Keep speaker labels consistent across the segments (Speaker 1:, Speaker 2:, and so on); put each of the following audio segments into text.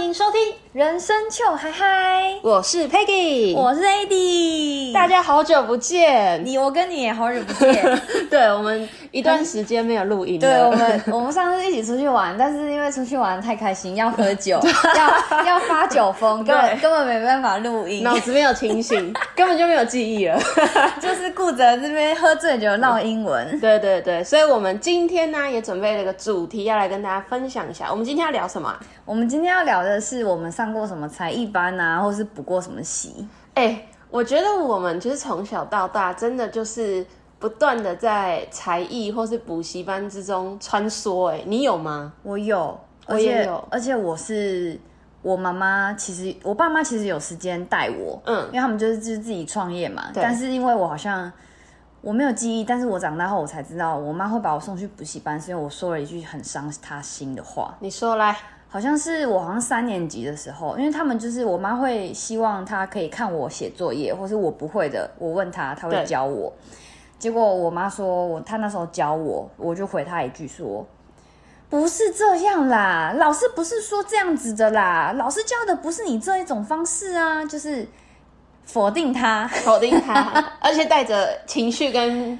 Speaker 1: 迎收听《
Speaker 2: 人生就嗨嗨》，
Speaker 1: 我是 Peggy，
Speaker 2: 我是 AD，
Speaker 1: 大家好久不见。
Speaker 2: 你我跟你也好久不见。 啊
Speaker 1: 对我们一段时间没有录音了，
Speaker 2: 对我们，我们上次一起出去玩，但是因为出去玩太开心，要喝 酒，要要发酒 疯，根本
Speaker 1: 对
Speaker 2: 根本没办法录音，
Speaker 1: 脑子没有清醒， 根本就没有记忆了。
Speaker 2: 就是顾着这边喝醉酒闹英文。
Speaker 1: 对对对，所以我们今天呢也准备了个主题要来跟大家分享一下。我们今天要聊什么啊、
Speaker 2: 我们今天要聊的是我们上过什么才艺班啊，或是补过什么习。
Speaker 1: 哎、我觉得我们就是从小到大，真的就是不断的在才艺或是补习班之中穿梭、哎，你有吗？
Speaker 2: 我有，
Speaker 1: 我
Speaker 2: 而
Speaker 1: 也
Speaker 2: 且
Speaker 1: 有
Speaker 2: 而且我是我妈妈，其实我爸妈其实有时间带我，
Speaker 1: 嗯
Speaker 2: 因为他们就是就是自己创业嘛。
Speaker 1: 对
Speaker 2: 但是因为我好像我没有记忆，但是我长大后我才知道，我妈会把我送去补习班，所以我说了一句很伤她心的话，
Speaker 1: 你说来，
Speaker 2: 好像是我好像三年级的时候，因为他们就是我妈会希望她可以看我写作业，或是我不会的，我问她，她
Speaker 1: 对
Speaker 2: 会教我。结果我妈说我她那时候教我，我就回她一句说。不是这样啦，老师不是说这样子的啦，老师教的不是你这一种方式啊，就是否定她。
Speaker 1: 否定他， 而且带着情绪跟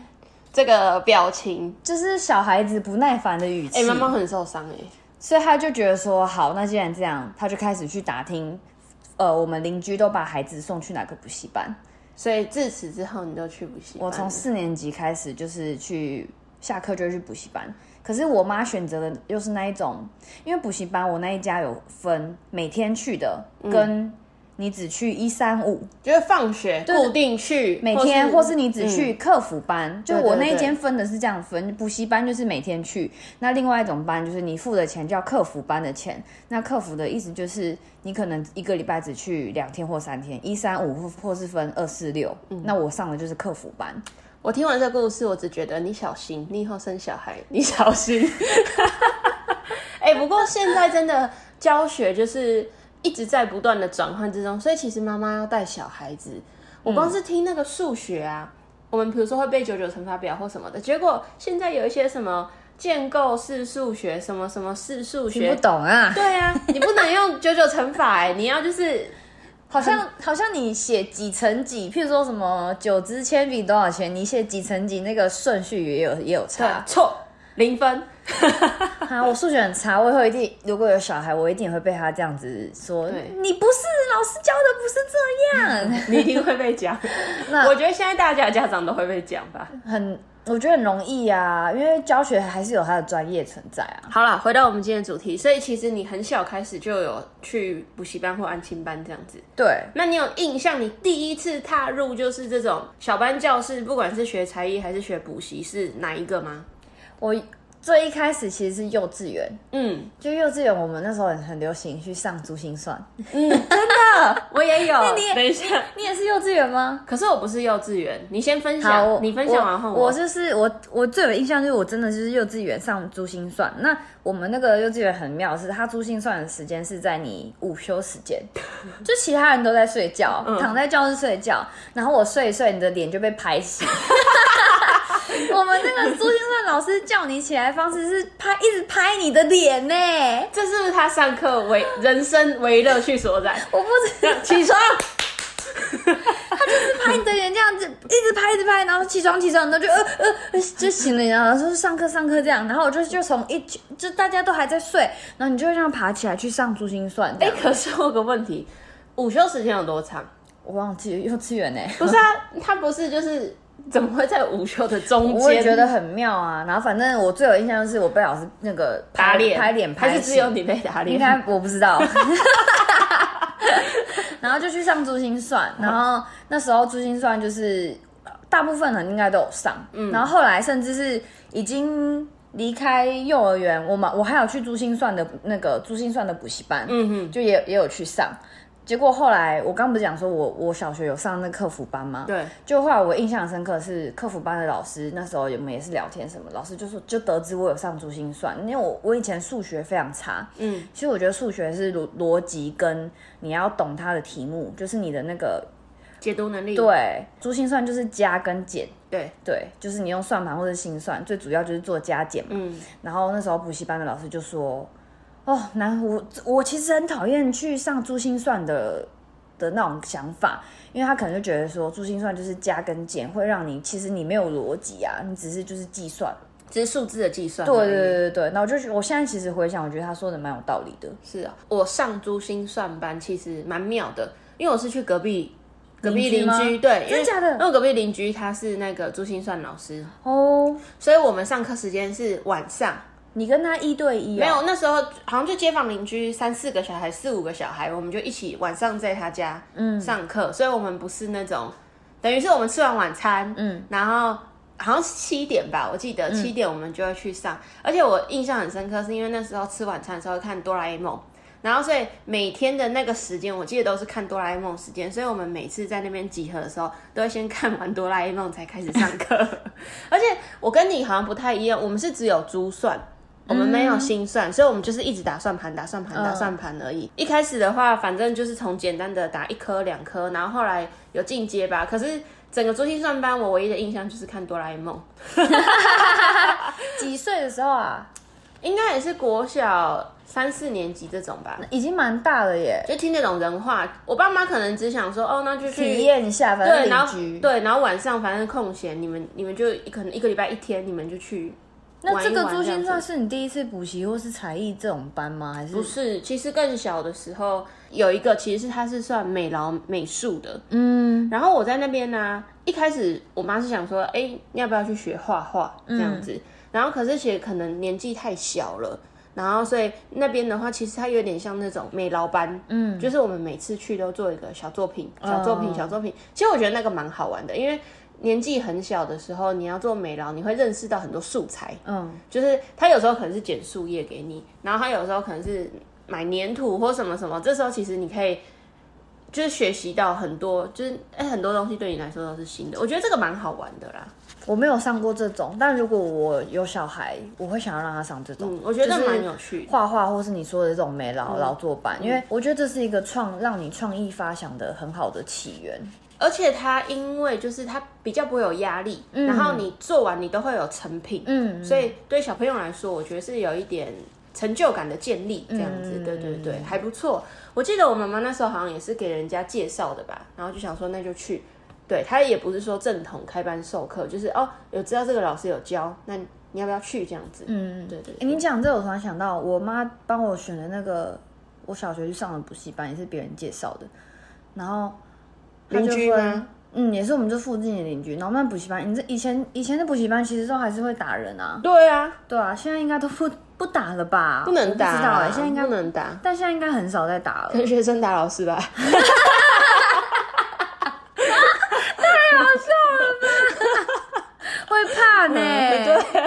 Speaker 1: 这个表情，
Speaker 2: 就是小孩子不耐烦的语气。
Speaker 1: 哎、妈妈很受伤哎、
Speaker 2: 所以他就觉得说，好，那既然这样，他就开始去打听，呃，我们邻居都把孩子送去哪个补习班。
Speaker 1: 所以自此之后你就去补习班了。
Speaker 2: 我从四年级开始就是去下课就会去补习班，可是我妈选择的又是那一种，因为补习班我那一家有分每天去的跟你只去一三五，
Speaker 1: 就是放学固定去，
Speaker 2: 每天，或
Speaker 1: 是
Speaker 2: 是你嗯只去客服班，就
Speaker 1: 对
Speaker 2: 我
Speaker 1: 对
Speaker 2: 那一
Speaker 1: 对
Speaker 2: 间分的是这样分，补习班就是每天去，那另外一种班就是你付的钱叫客服班的钱，那客服的意思就是你可能一个礼拜只去两天或三天，一三五或或是分二四六，那我上的就是客服班，
Speaker 1: 我听完这个故事，我只觉得你小心，你以后生小孩你小心。 哎、不过现在真的教学就是一直在不断的转换之中，所以其实妈妈要带小孩子，我光是听那个数学啊，我们比如说会背九九乘法表或什么的，结果现在有一些什么建构式数学，什么什么式数
Speaker 2: 听不
Speaker 1: 学。
Speaker 2: 懂啊，
Speaker 1: 对啊，你不能用九九乘法哎、你要就是
Speaker 2: 好像好像你写几乘几，譬如说什么九支铅笔多少钱，你写几乘几那个顺序也有也有差
Speaker 1: 错零分，
Speaker 2: 啊，我数学很差，我以后一定如果有小孩，我一定也会被他这样子说，
Speaker 1: 对
Speaker 2: 你不是老师教的不是这样，
Speaker 1: 你一定会被讲。
Speaker 2: 那
Speaker 1: 我觉得现在大家的家长都会被讲吧。
Speaker 2: 很我觉得很容易啊，因为教学还是有它的专业存在啊。
Speaker 1: 好啦，回到我们今天的主题，所以其实你很小开始就有去补习班或安亲班这样子。
Speaker 2: 对，
Speaker 1: 那你有印象，你第一次踏入就是这种小班教室，不管是学才艺还是学补习，是哪一个吗？
Speaker 2: 我最一开始其实是幼稚园，
Speaker 1: 嗯，
Speaker 2: 就幼稚园我们那时候很很流行去上珠心算，
Speaker 1: 我也 有。
Speaker 2: 你也
Speaker 1: 等一下，
Speaker 2: 你也是幼稚园吗？
Speaker 1: 可是我不是幼稚园，你先分
Speaker 2: 好，我
Speaker 1: 享，你分享完后
Speaker 2: 我我就是我我最有印象就是我真的就是幼稚园上珠心算。那我们那个幼稚园很妙的是，它珠心算的时间是在你午休时间，就其他人都在睡觉，
Speaker 1: 嗯
Speaker 2: 躺在教室睡觉，然后我睡一睡，你的脸就被拍 醒。我们那个珠心算老师叫你起来的方式是拍，一直拍你的脸呢、
Speaker 1: 这是不是他上课为人生唯乐趣所在？
Speaker 2: 我不知道，
Speaker 1: 起 床，
Speaker 2: 拍你的脸这样子，一直拍，一直拍，然后起床起床，然后就呃呃呃就醒了，然后说上课上课这样，然后我就就从一就大家都还在睡，然后你就会这样爬起来去上珠心算 这
Speaker 1: 哎、
Speaker 2: 样。
Speaker 1: 可是我有个问题，午休时间有多长？
Speaker 2: 我忘记了幼稚园呢、欸
Speaker 1: 不是啊，他不是就是怎么会在午休的中间？
Speaker 2: 我也觉得很妙啊。然后反正我最有印象就是我被老师那个拍
Speaker 1: 打脸
Speaker 2: 拍脸拍
Speaker 1: 还是
Speaker 2: 醒
Speaker 1: 只有你被打
Speaker 2: 应
Speaker 1: 脸？
Speaker 2: 该我不知道。 然后就去上珠心算，然后那时候珠心算就是呃大部分人应该都有上，
Speaker 1: 嗯
Speaker 2: 然后后来甚至是已经离开幼儿园，我们我还有去珠心算的那个珠心算的补习班，
Speaker 1: 嗯哼，
Speaker 2: 就也也有去上。结果后来我刚不是讲说我我小学有上那客服班吗？
Speaker 1: 对，
Speaker 2: 就后来我印象很深刻是客服班的老师，那时候我们也是聊天什么，老师就说就得知我有上珠心算，因为我我以前数学非常差，
Speaker 1: 嗯，
Speaker 2: 其实我觉得数学是逻逻辑跟你要懂它的题目，就是你的那个
Speaker 1: 解读能力，
Speaker 2: 对珠心算就是加跟减，
Speaker 1: 对，
Speaker 2: 对，就是你用算盘或者心算，最主要就是做加减嘛。
Speaker 1: 嗯，
Speaker 2: 然后那时候补习班的老师就说。哦，难我我其实很讨厌去上珠心算的的那种想法，因为他可能就觉得说珠心算就是加跟减，会让你其实你没有逻辑啊，你只是就是计算。
Speaker 1: 只是数字的计算。
Speaker 2: 对对对对对，那我就觉得我现在其实回想，我觉得他说的蛮有道理的。
Speaker 1: 是啊，我上珠心算班其实蛮妙的，因为我是去隔壁隔壁
Speaker 2: 邻居
Speaker 1: 邻
Speaker 2: 吗
Speaker 1: 居，对，因为
Speaker 2: 真假的
Speaker 1: 因为我隔壁邻居他是那个珠心算老师，
Speaker 2: 哦，
Speaker 1: 所以我们上课时间是晚上。
Speaker 2: 你跟他一对一、啊？
Speaker 1: 没有，那时候好像就街坊邻居三四个小孩、四五个小孩，我们就一起晚上在他家上课，所以我们不是那种，等于是我们吃完晚餐，嗯，然后好像是七点吧，我记得七点我们就会去上，而且我印象很深刻，是因为那时候吃晚餐的时候会看哆啦 A 梦。然后，所以每天的那个时间，我记得都是看哆啦 A 梦时间，所以我们每次在那边集合的时候，都会先看完哆啦 A 梦才开始上课。 而且我跟你好像不太一样，我们是只有珠算，我们没有心算，所以我们就是一直打算盘、打算盘、打算盘而已。一开始的话，反正就是从简单的打一颗、两颗，然后后来有进阶吧。可是整个珠心算班，我唯一的印象就是看哆啦 A 梦，
Speaker 2: 几岁的时候啊？
Speaker 1: 应该也是国小三四年级这种吧。
Speaker 2: 已经蛮大了耶，
Speaker 1: 就听那种人话，我爸妈可能只想说，哦，那就去
Speaker 2: 体验一下，反
Speaker 1: 对，
Speaker 2: 正
Speaker 1: 然
Speaker 2: 邻
Speaker 1: 后
Speaker 2: 居。，
Speaker 1: 对，然后晚上反正空闲，你们你们就可能一个礼拜一天，你们就去玩一
Speaker 2: 那
Speaker 1: 玩
Speaker 2: 这
Speaker 1: 这
Speaker 2: 个珠心
Speaker 1: 样
Speaker 2: 算
Speaker 1: 子
Speaker 2: 是你第一次补习或是才艺这种班吗？还是
Speaker 1: 不是？其实更小的时候有一个，其实它是算美劳美术的。
Speaker 2: 嗯
Speaker 1: 然后我在那边呢、一开始我妈是想说，哎、你要不要去学画画
Speaker 2: 嗯
Speaker 1: 这样子？然后可是其实可能年纪太小了。然后，所以那边的话，其实它有点像那种美劳班，嗯，就是我们每次去都做一个小作品、小作品、
Speaker 2: 哦
Speaker 1: 小作品。其实我觉得那个蛮好玩的，因为年纪很小的时候，你要做美劳，你会认识到很多素材，
Speaker 2: 嗯，
Speaker 1: 就是他有时候可能是捡树叶给你，然后他有时候可能是买粘土或什么什么。这时候其实你可以就是学习到很多，就是哎、很多东西对你来说都是新的。我觉得这个蛮好玩的啦。
Speaker 2: 我没有上过这种，但如果我有小孩，我会想要让他上这种。
Speaker 1: 嗯，我觉得
Speaker 2: 就是
Speaker 1: 蛮有趣的。嗯
Speaker 2: 画画，或是你说的这种美劳劳作班，因为我觉得这是一个创让你创意发想的很好的起源。
Speaker 1: 而且它因为就是它比较不会有压力，然后你做完你都会有成品，
Speaker 2: 嗯，
Speaker 1: 所以对小朋友来说，我觉得是有一点成就感的建立，这样子，
Speaker 2: 嗯
Speaker 1: 对对对，还不错。我记得我妈妈那时候好像也是给人家介绍的吧，然后就想说那就去。对她也不是说正统开班授课，就是哦，有知道这个老师有教，那你要不要去这样子？嗯，对对
Speaker 2: 欸你讲这，我突然想到，我妈帮我选的那个，我小学去上的补习班也是别人介绍的，然后她
Speaker 1: 邻
Speaker 2: 就
Speaker 1: 居
Speaker 2: 分
Speaker 1: 吗
Speaker 2: 嗯，也是我们这附近的邻居。然后那补习班，你这以前以前的补习班其实都还是会打人啊，
Speaker 1: 对啊，
Speaker 2: 对啊，现在应该都不不打了吧？
Speaker 1: 不能打
Speaker 2: 我
Speaker 1: 啊，
Speaker 2: 不知道哎、现在应该
Speaker 1: 不，能 打，
Speaker 2: 但现在应该很少在打了。
Speaker 1: 跟学生打老师吧。
Speaker 2: 会怕呢、嗯对、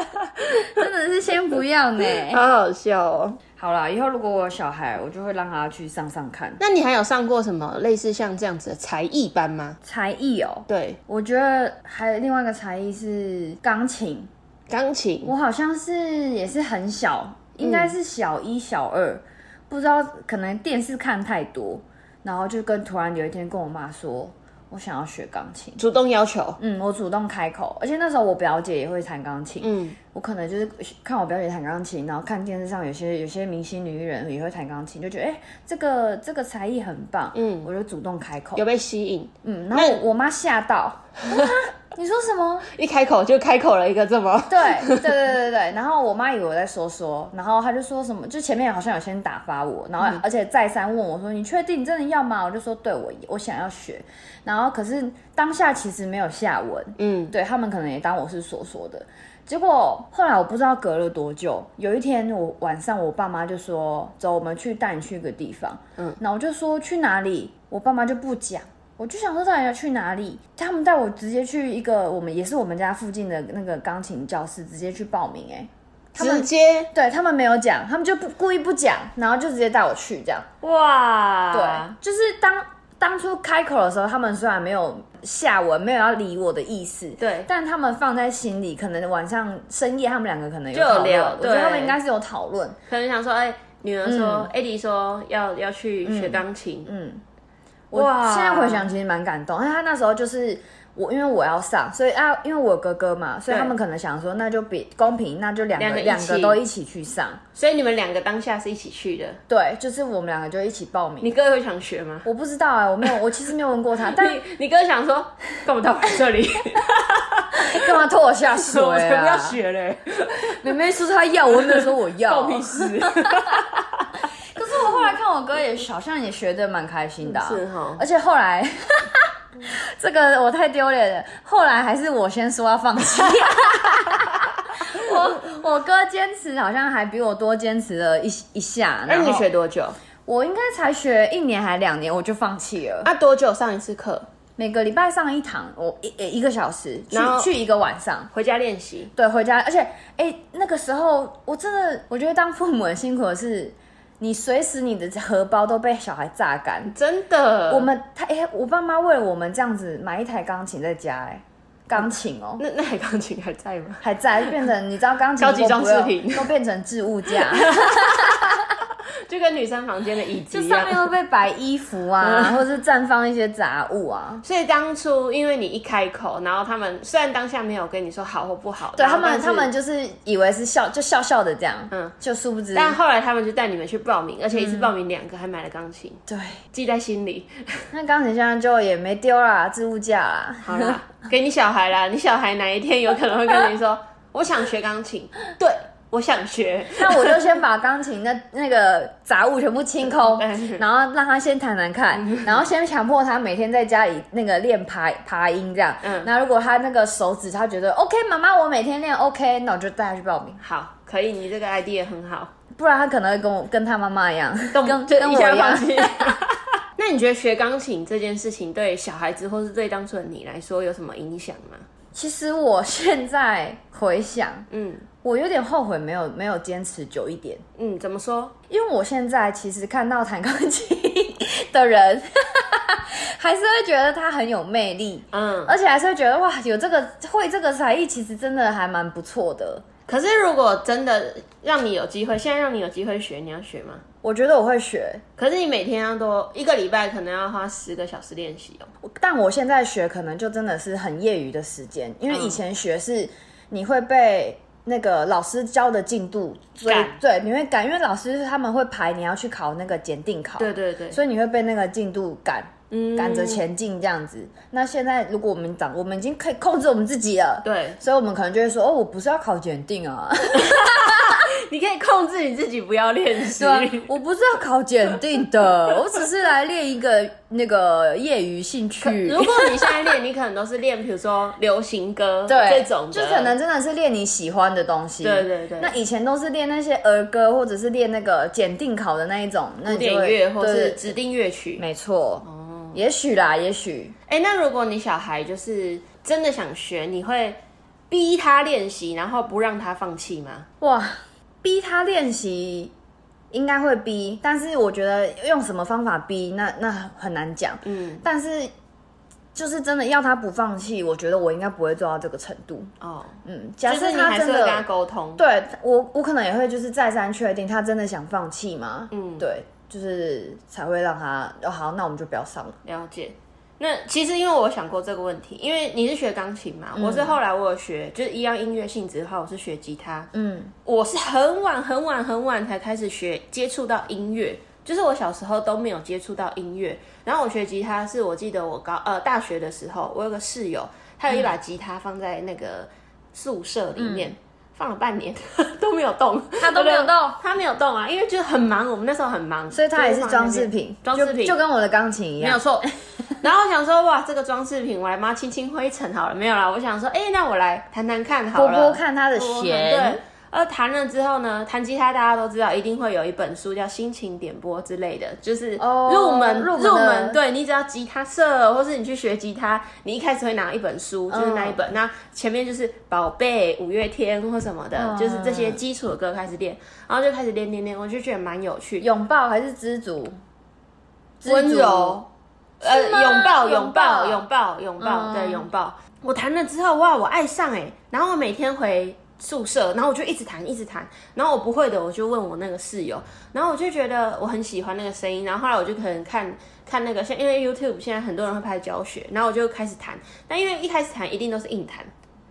Speaker 2: 真的是先不要呢、
Speaker 1: 好好笑哦！
Speaker 2: 好啦，以后如果我有小孩，我就会让他去上上看
Speaker 1: 那你还有上过什么类似像这样子的才艺班吗？
Speaker 2: 才艺哦、
Speaker 1: 对，
Speaker 2: 我觉得还有另外一个才艺是钢琴，
Speaker 1: 钢琴。
Speaker 2: 我好像是也是很小，应该是小一小二，不知道可能电视看太多，然后就跟突然有一天跟我妈说，我想要学钢琴。
Speaker 1: 主动要求，
Speaker 2: 嗯，我主动开口，而且那时候我表姐也会弹钢琴，
Speaker 1: 嗯，
Speaker 2: 我可能就是看我表姐弹钢琴，然后看电视上有些有些明星女艺人也会弹钢琴，就觉得哎、这个这个才艺很棒，嗯，我就主动开口，
Speaker 1: 有被吸引，
Speaker 2: 嗯，然后我我妈吓到，我妈 你说什么？
Speaker 1: 一开口就开口了一个这么，
Speaker 2: 对对对对对对，然后我妈以为我在说说，然后她就说什么，就前面好像有先打发我，然后而且再三问我说你确定你真的要吗？我就说对我我想要学，然后可是当下其实没有下文，
Speaker 1: 嗯，
Speaker 2: 对他们可能也当我是所说的。结果后来我不知道隔了多久，有一天我晚上我爸妈就说走，我们去带你去一个地方，嗯，那我就说去哪里，我爸妈就不讲。我就想说到底要去哪里，他们带我直接去一个我们也是我们家附近的那个钢琴教室，直接去报名、欸。他们
Speaker 1: 直接
Speaker 2: 对他们没有讲，他们就不故意不讲，然后就直接带我去这样。
Speaker 1: 哇，
Speaker 2: 对，就是当当初开口的时候，他们虽然没有下文，没有要理我的意思，
Speaker 1: 对
Speaker 2: 但他们放在心里，可能晚上深夜他们两个可能有
Speaker 1: 就有
Speaker 2: 讨论
Speaker 1: 聊
Speaker 2: 我觉得
Speaker 1: 对
Speaker 2: 他们应该是有讨论，
Speaker 1: 可能想说，哎、女儿说，艾迪、说要要去学钢琴，
Speaker 2: 嗯，我
Speaker 1: 哇
Speaker 2: 现在回想其实蛮感动，因为他那时候就是我，因为我要上，所以啊，因为我有哥哥嘛，所以
Speaker 1: 对
Speaker 2: 他们可能想说，那就比公平，那就两
Speaker 1: 两
Speaker 2: 个
Speaker 1: 个一
Speaker 2: 两
Speaker 1: 起
Speaker 2: 个都一起去上，
Speaker 1: 所以你们两个当下是一起去的，
Speaker 2: 对，就是我们两个就一起报名。
Speaker 1: 你哥有想学吗？
Speaker 2: 我不知道哎、我没有，我其实没有问 过他，但
Speaker 1: 你你哥想说，干嘛到我这里？
Speaker 2: 干嘛拖我下 水
Speaker 1: 我才不要
Speaker 2: 啊？
Speaker 1: 学 嘞，
Speaker 2: 妹妹说她要，我又没有说我
Speaker 1: 关
Speaker 2: 要
Speaker 1: 我。屁事。
Speaker 2: 可是我后来看我哥也好像也学的蛮开心的、啊，
Speaker 1: 嗯是齁
Speaker 2: 而且后来， 这个我太丢脸了。后来还是我先说要放弃。 我我哥坚持好像还比我多坚持了一一下，
Speaker 1: 那
Speaker 2: 然后
Speaker 1: 你学 多久？
Speaker 2: 我应该才学一年还两年我就放弃了。
Speaker 1: 啊，多久上一次课？
Speaker 2: 每个礼拜上一堂，我一一个小时去
Speaker 1: 然后
Speaker 2: 去一个晚上。
Speaker 1: 回家练习。
Speaker 2: 对，回家，而且，哎、那个时候我真的，我觉得当父母很辛苦的是，你随时你的荷包都被小孩榨干，
Speaker 1: 真的，
Speaker 2: 我们他哎、我爸妈为了我们这样子买一台钢琴在家哎、钢琴哦、
Speaker 1: 那那台钢琴还在吗？
Speaker 2: 还在变成你知道钢琴
Speaker 1: 高级
Speaker 2: 如果不
Speaker 1: 装饰
Speaker 2: 用
Speaker 1: 品
Speaker 2: 都变成置 物架，
Speaker 1: 就跟女生房间的椅子
Speaker 2: 就
Speaker 1: 一
Speaker 2: 上面
Speaker 1: 样。嗯
Speaker 2: 会被摆衣服啊，或是绽放一些杂物啊。
Speaker 1: 所以当初因为你一开口，然后他们虽然当下没有跟你说好或不好，
Speaker 2: 对
Speaker 1: 然后
Speaker 2: 他们，
Speaker 1: 嗯但是
Speaker 2: 他们就是以为是笑，就笑笑的这样，嗯，就殊不知，
Speaker 1: 但后来他们就带你们去报名，而且一次报名两个，还买了钢琴，
Speaker 2: 对，
Speaker 1: 记在心里。
Speaker 2: 那钢琴现在就也没丢啦，置物架啦。
Speaker 1: 好啦， 给你小孩啦，你小孩哪一天有可能会跟你 说，我想学钢琴，对我想学，
Speaker 2: 那我就先把钢琴的那个杂物全部 清空
Speaker 1: 对，
Speaker 2: 然后让他先弹弹看，
Speaker 1: 嗯
Speaker 2: 然后先强迫他每天在家里那个练爬爬音这样。
Speaker 1: 嗯
Speaker 2: 那如果他那个手指他觉得 OK，妈妈我每天练 OK，那我就带他去报名，
Speaker 1: 好，可以，你这个 idea 很好，
Speaker 2: 不然他可能会跟我跟他妈妈一样，跟跟
Speaker 1: 就
Speaker 2: 跟
Speaker 1: 一
Speaker 2: 我
Speaker 1: 下
Speaker 2: 一样
Speaker 1: 放。弃。 那你觉得学钢琴这件事情对小孩子，或是对当初的你来说有什么影响吗？
Speaker 2: 其实我现在回想，
Speaker 1: 嗯
Speaker 2: 我有点后悔没有没有坚持久一点，
Speaker 1: 嗯，怎么说？
Speaker 2: 因为我现在其实看到弹钢琴的人， 还是会觉得他很有魅力。
Speaker 1: 嗯，
Speaker 2: 而且还是会觉得哇，有这个会这个才艺，其实真的还蛮不错的。
Speaker 1: 可是如果真的让你有机会，现在让你有机会学，你要学吗？
Speaker 2: 我觉得我会学，
Speaker 1: 可是你每天要多一个礼拜，可能要花十个小时练习哦。
Speaker 2: 但我现在学可能就真的是很业余的时间，因为以前学是你会被那个老师教的进度追
Speaker 1: 赶，
Speaker 2: 对，你会赶，因为老师他们会排你要去考那个检定考，
Speaker 1: 对对对，
Speaker 2: 所以你会被那个进度赶。
Speaker 1: 嗯
Speaker 2: 赶着前进这样子，那现在如果我们长，我们已经可以控制我们自己了，
Speaker 1: 对，
Speaker 2: 所以我们可能就会说，哦，我不是要考检定啊，
Speaker 1: 你可以控制你自己不要练习。
Speaker 2: 对啊，我不是要考检定的，我只是来练一个那个业余兴趣。
Speaker 1: 如果你现在练，你可能都是练，比如说流行歌
Speaker 2: 对
Speaker 1: 这种的，
Speaker 2: 就可能真的是练你喜欢的东西。
Speaker 1: 对对对
Speaker 2: 那以前都是练那些儿歌，或者是练那个检定考的那一种，那
Speaker 1: 古
Speaker 2: 你就
Speaker 1: 典
Speaker 2: 会
Speaker 1: 乐或
Speaker 2: 对
Speaker 1: 是
Speaker 2: 对
Speaker 1: 指哦定乐曲。
Speaker 2: 没错。也许啦，也许
Speaker 1: 哎、那如果你小孩就是真的想学，你会逼他练习，然后不让他放弃吗？
Speaker 2: 哇，逼他练习应该会逼，但是我觉得用什么方法逼，那那很难讲。
Speaker 1: 嗯，
Speaker 2: 但是就是真的要他不放弃，我觉得我应该不会做到这个程度。
Speaker 1: 哦，
Speaker 2: 嗯，
Speaker 1: 就
Speaker 2: 假设
Speaker 1: 是你
Speaker 2: 他
Speaker 1: 还是
Speaker 2: 真
Speaker 1: 会
Speaker 2: 的
Speaker 1: 跟他沟通。
Speaker 2: 对我，我可能也会就是再三确定他真的想放弃吗？
Speaker 1: 嗯
Speaker 2: 嗯，对，就是才会让他哦好，那我们就不要上了。
Speaker 1: 了解。那其实因为我想过这个问题，因为你是学钢琴
Speaker 2: 嗯
Speaker 1: 嘛，我是后来我有学，就是一样音乐性质的话，我是学吉他。
Speaker 2: 嗯，
Speaker 1: 我是很晚很晚很晚才开始学接触到音乐，就是我小时候都没有接触到音乐。然后我学吉他是我记得我高呃大学的时候，我有个室友，他有一
Speaker 2: 嗯
Speaker 1: 把吉他放在那个宿舍里面。放了半年 都没有动，
Speaker 2: 他都没有动，
Speaker 1: 他没有动啊，因为就很忙，我们那时候很忙，
Speaker 2: 所以他也是
Speaker 1: 就放
Speaker 2: 装
Speaker 1: 在那
Speaker 2: 饰
Speaker 1: 边
Speaker 2: 品，
Speaker 1: 装饰品
Speaker 2: 就就跟我的钢琴一
Speaker 1: 没有
Speaker 2: 样。
Speaker 1: 错。然后我想说，哇，这个装饰品我来帮它清清灰尘好了，没有啦。我想说，哎、那我来弹弹看好
Speaker 2: 拨
Speaker 1: 了，
Speaker 2: 拨看他的
Speaker 1: 拨拨看
Speaker 2: 弦
Speaker 1: 对，而弹了之后呢，弹吉他大家都知道，一定会有一本书叫《心情点播》之类的，就是
Speaker 2: 哦
Speaker 1: 入门、
Speaker 2: 入门的
Speaker 1: 入门。对你只要吉他社，或是你去学吉他，你一开始会拿一本书，就是那一
Speaker 2: 嗯
Speaker 1: 本。那前面就是宝贝、五月天或什么的，就是这
Speaker 2: 嗯
Speaker 1: 些基础的歌开始练，然后就开始练练练，我就觉得蛮有趣。
Speaker 2: 拥抱还是知足？知足
Speaker 1: 温柔，呃，
Speaker 2: 是吗
Speaker 1: 拥抱，拥
Speaker 2: 拥
Speaker 1: 抱，
Speaker 2: 抱
Speaker 1: 拥抱，拥抱，
Speaker 2: 嗯
Speaker 1: 对，拥抱。我弹了之后，哇，我爱上哎、欸，然后我每天回宿舍，然后我就一直弹，一直弹，然后我不会的我就问我那个室友，然后我就觉得我很喜欢那个声音，然后后来我就可能看看那个，像因为 YouTube 现在很多人会拍教学，然后我就开始弹，但因为一开始弹一定都是硬弹。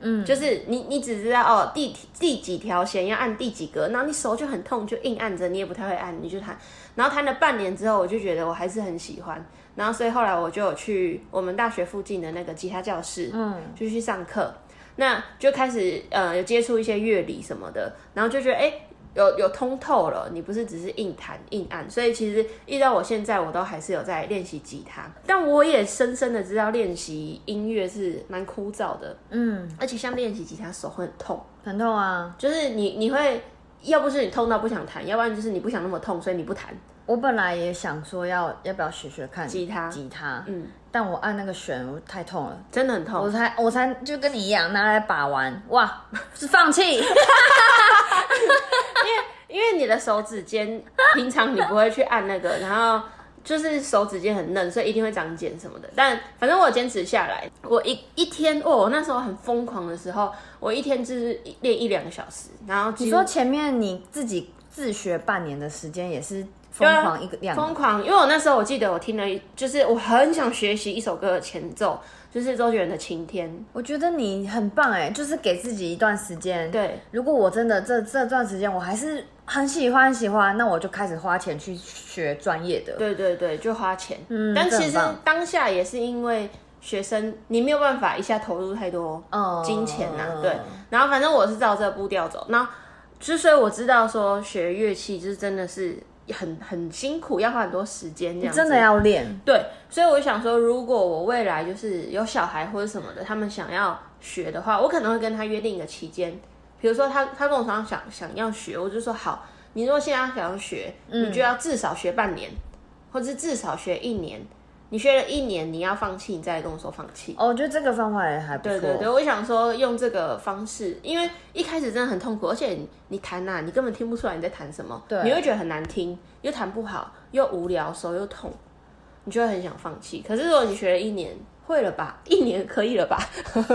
Speaker 1: 嗯，就是你，你只知道哦，第第几条弦要按第几个，然后你手就很痛，就硬按着，你也不太会按，你就弹。然后弹了半年之后，我就觉得我还是很喜欢，然后所以后来我就有去我们大学附近的那个吉他教室，嗯，就去上课，那就开始呃有接触一些乐理什么的，然后就觉得哎、诶有有通透了，你不是只是硬弹硬按，所以其实一直到我现在，我都还是有在练习吉他，但我也深深的知道练习音乐是蛮枯燥的，
Speaker 2: 嗯，
Speaker 1: 而且像练习吉他手会很痛，
Speaker 2: 很痛啊！
Speaker 1: 就是你你会要不是你痛到不想弹，要不然就是你不想那么痛，所以你不弹。
Speaker 2: 我本来也想说要要不要学学看
Speaker 1: 吉他
Speaker 2: 吉他，
Speaker 1: 嗯，
Speaker 2: 但我按那个弦我太痛了，
Speaker 1: 真的很
Speaker 2: 我
Speaker 1: 痛。
Speaker 2: 才我才就跟你一样拿来把玩，哇，是放弃。
Speaker 1: 因为你的手指尖 平常你不会去按那个，然后就是手指尖很嫩，所以一定会长茧什么的。但反正我有坚持下来，我一一天哦，我那时候很疯狂的时候，我一天就是练一两个小时，然后
Speaker 2: 你
Speaker 1: 你
Speaker 2: 说前面你自己自学半年的时间也是
Speaker 1: 对
Speaker 2: 疯
Speaker 1: 啊
Speaker 2: 狂一个两个
Speaker 1: 疯狂，因为我那时候我记得我听了一，就是我很想学习一首歌的前奏，就是周杰伦的《晴天》。
Speaker 2: 我觉得你很棒哎，就是给自己一段时间。，
Speaker 1: 对，
Speaker 2: 如果我真的这这段时间我还是很喜欢很喜欢，那我就开始花钱去学专业的。
Speaker 1: 对对对，就花钱。
Speaker 2: 嗯
Speaker 1: 但
Speaker 2: 这很
Speaker 1: 其实
Speaker 2: 棒
Speaker 1: 当下也是因为学生，你没有办法一下投入太多哦
Speaker 2: 嗯
Speaker 1: 金钱呐、对。然后反正我是照这步调走。那之所以我知道说学乐器就是真的是很很辛苦，要花很多时间这样子。
Speaker 2: 真的要练，
Speaker 1: 对，所以我想说，如果我未来就是有小孩或者什么的，他们想要学的话，我可能会跟他约定一个期间。比如说他他跟我说想想要学，我就说好，你如果现在想要学，
Speaker 2: 嗯
Speaker 1: 你就要至少学半年，或者是至少学一年。你学了一年，你要放弃，你再来跟我说放弃。
Speaker 2: 哦，我觉得这个方法也还不错。
Speaker 1: 对对对，我想说用这个方式，因为一开始真的很痛苦，而且你你弹啊呐、你根本听不出来你在弹什么，
Speaker 2: 对
Speaker 1: 你会觉得很难听，又弹不好，又无聊，手又痛，你就会很想放弃。可是如果你学了一年，会了吧？一年可以了吧？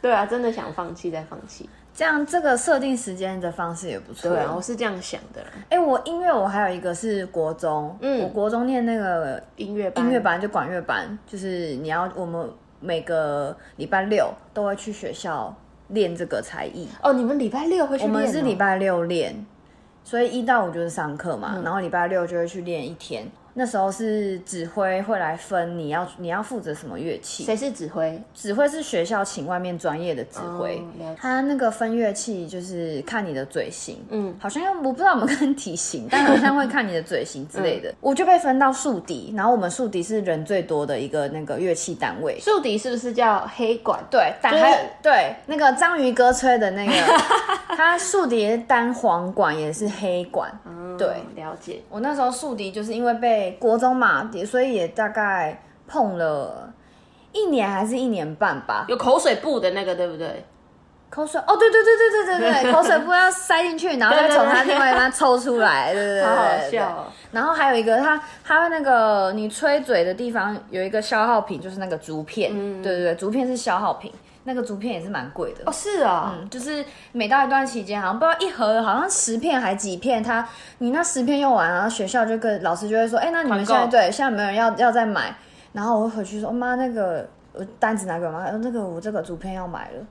Speaker 1: 对啊，真的想放弃再放弃。
Speaker 2: 这样这个设定时间的方式也不错。
Speaker 1: 对啊，我是这样想的啦。
Speaker 2: 哎、我音乐我还有一个是国中，嗯，我国中念那个
Speaker 1: 音乐班，
Speaker 2: 音乐班就管乐班，就是你要我们每个礼拜六都会去学校练这个才艺。
Speaker 1: 哦，你们礼拜六会去
Speaker 2: 我
Speaker 1: 练哦、
Speaker 2: 们是礼拜六练，所以一到五就是上课
Speaker 1: 嗯
Speaker 2: 嘛，然后礼拜六就会去练一天。那时候是指挥会来分你要你要负责什么乐器，
Speaker 1: 谁是指挥？
Speaker 2: 指挥是学校请外面专业的指挥
Speaker 1: 哦了解，
Speaker 2: 他那个分乐器就是看你的嘴型，
Speaker 1: 嗯
Speaker 2: 嗯，好像我不知道我们看体型，但好像会看你的嘴型之类的。我就被分到竖笛，然后我们竖笛是人最多的一个那个乐器单位，
Speaker 1: 竖笛是不是叫黑管？
Speaker 2: 对，打
Speaker 1: 就是
Speaker 2: 还有对那个章鱼哥吹的那 个，他竖笛是单簧管也是黑管。
Speaker 1: 嗯
Speaker 2: 对，
Speaker 1: 了解。
Speaker 2: 我那时候竖笛就是因为被国中嘛，也所以也大概碰了一年还是一年半吧。
Speaker 1: 有口水布的那个，对不对？
Speaker 2: 口水哦，对对对对对 对对，口水不要塞进去，然后再从它另外一端抽出来，对对对，对
Speaker 1: 好好
Speaker 2: 对
Speaker 1: 笑哦
Speaker 2: 然后还有一个，它它那个你吹嘴的地方有一个消耗品，就是那个竹片，
Speaker 1: 嗯
Speaker 2: 对对对，竹片是消耗品，那个竹片也是蛮贵的
Speaker 1: 哦，是啊、
Speaker 2: 嗯就是每到一段期间，好像不知道一盒好像十片还几片，他你那十片用完，然后学校就跟老师就会说，哎、那你们
Speaker 1: 团购
Speaker 2: 现在对现在没有人要要再买，然后我会回去说，妈那个我单子拿给我妈，呃那个我这个竹片要买了，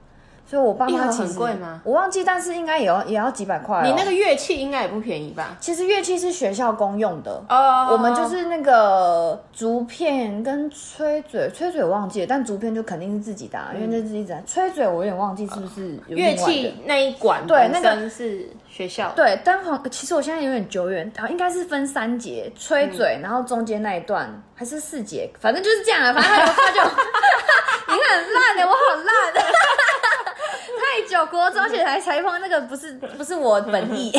Speaker 2: 所以我爸
Speaker 1: 一盒
Speaker 2: 妈
Speaker 1: 很
Speaker 2: 其实
Speaker 1: 贵吗
Speaker 2: 我忘记，但是应该也要也要几百块、哦。
Speaker 1: 你那个乐器应该也不便宜吧？
Speaker 2: 其实乐器是学校公用的。
Speaker 1: 哦
Speaker 2: 我们就是那个竹片跟吹嘴，吹嘴我忘记了，但竹片就肯定是自己的、啊，因为那是一直在吹嘴，我有点忘记是不是有另
Speaker 1: 乐
Speaker 2: 外的
Speaker 1: 器那一管，
Speaker 2: 对那个
Speaker 1: 本身是学校，
Speaker 2: 对，单簧其实我现在有点久远，好像应该是分三节，吹嘴，然后中间那一段还是四节，反正就是这样啊。反正他就他就， 你看很烂的、欸我好烂 的、太久，国中写才裁缝那个不是不是我本意，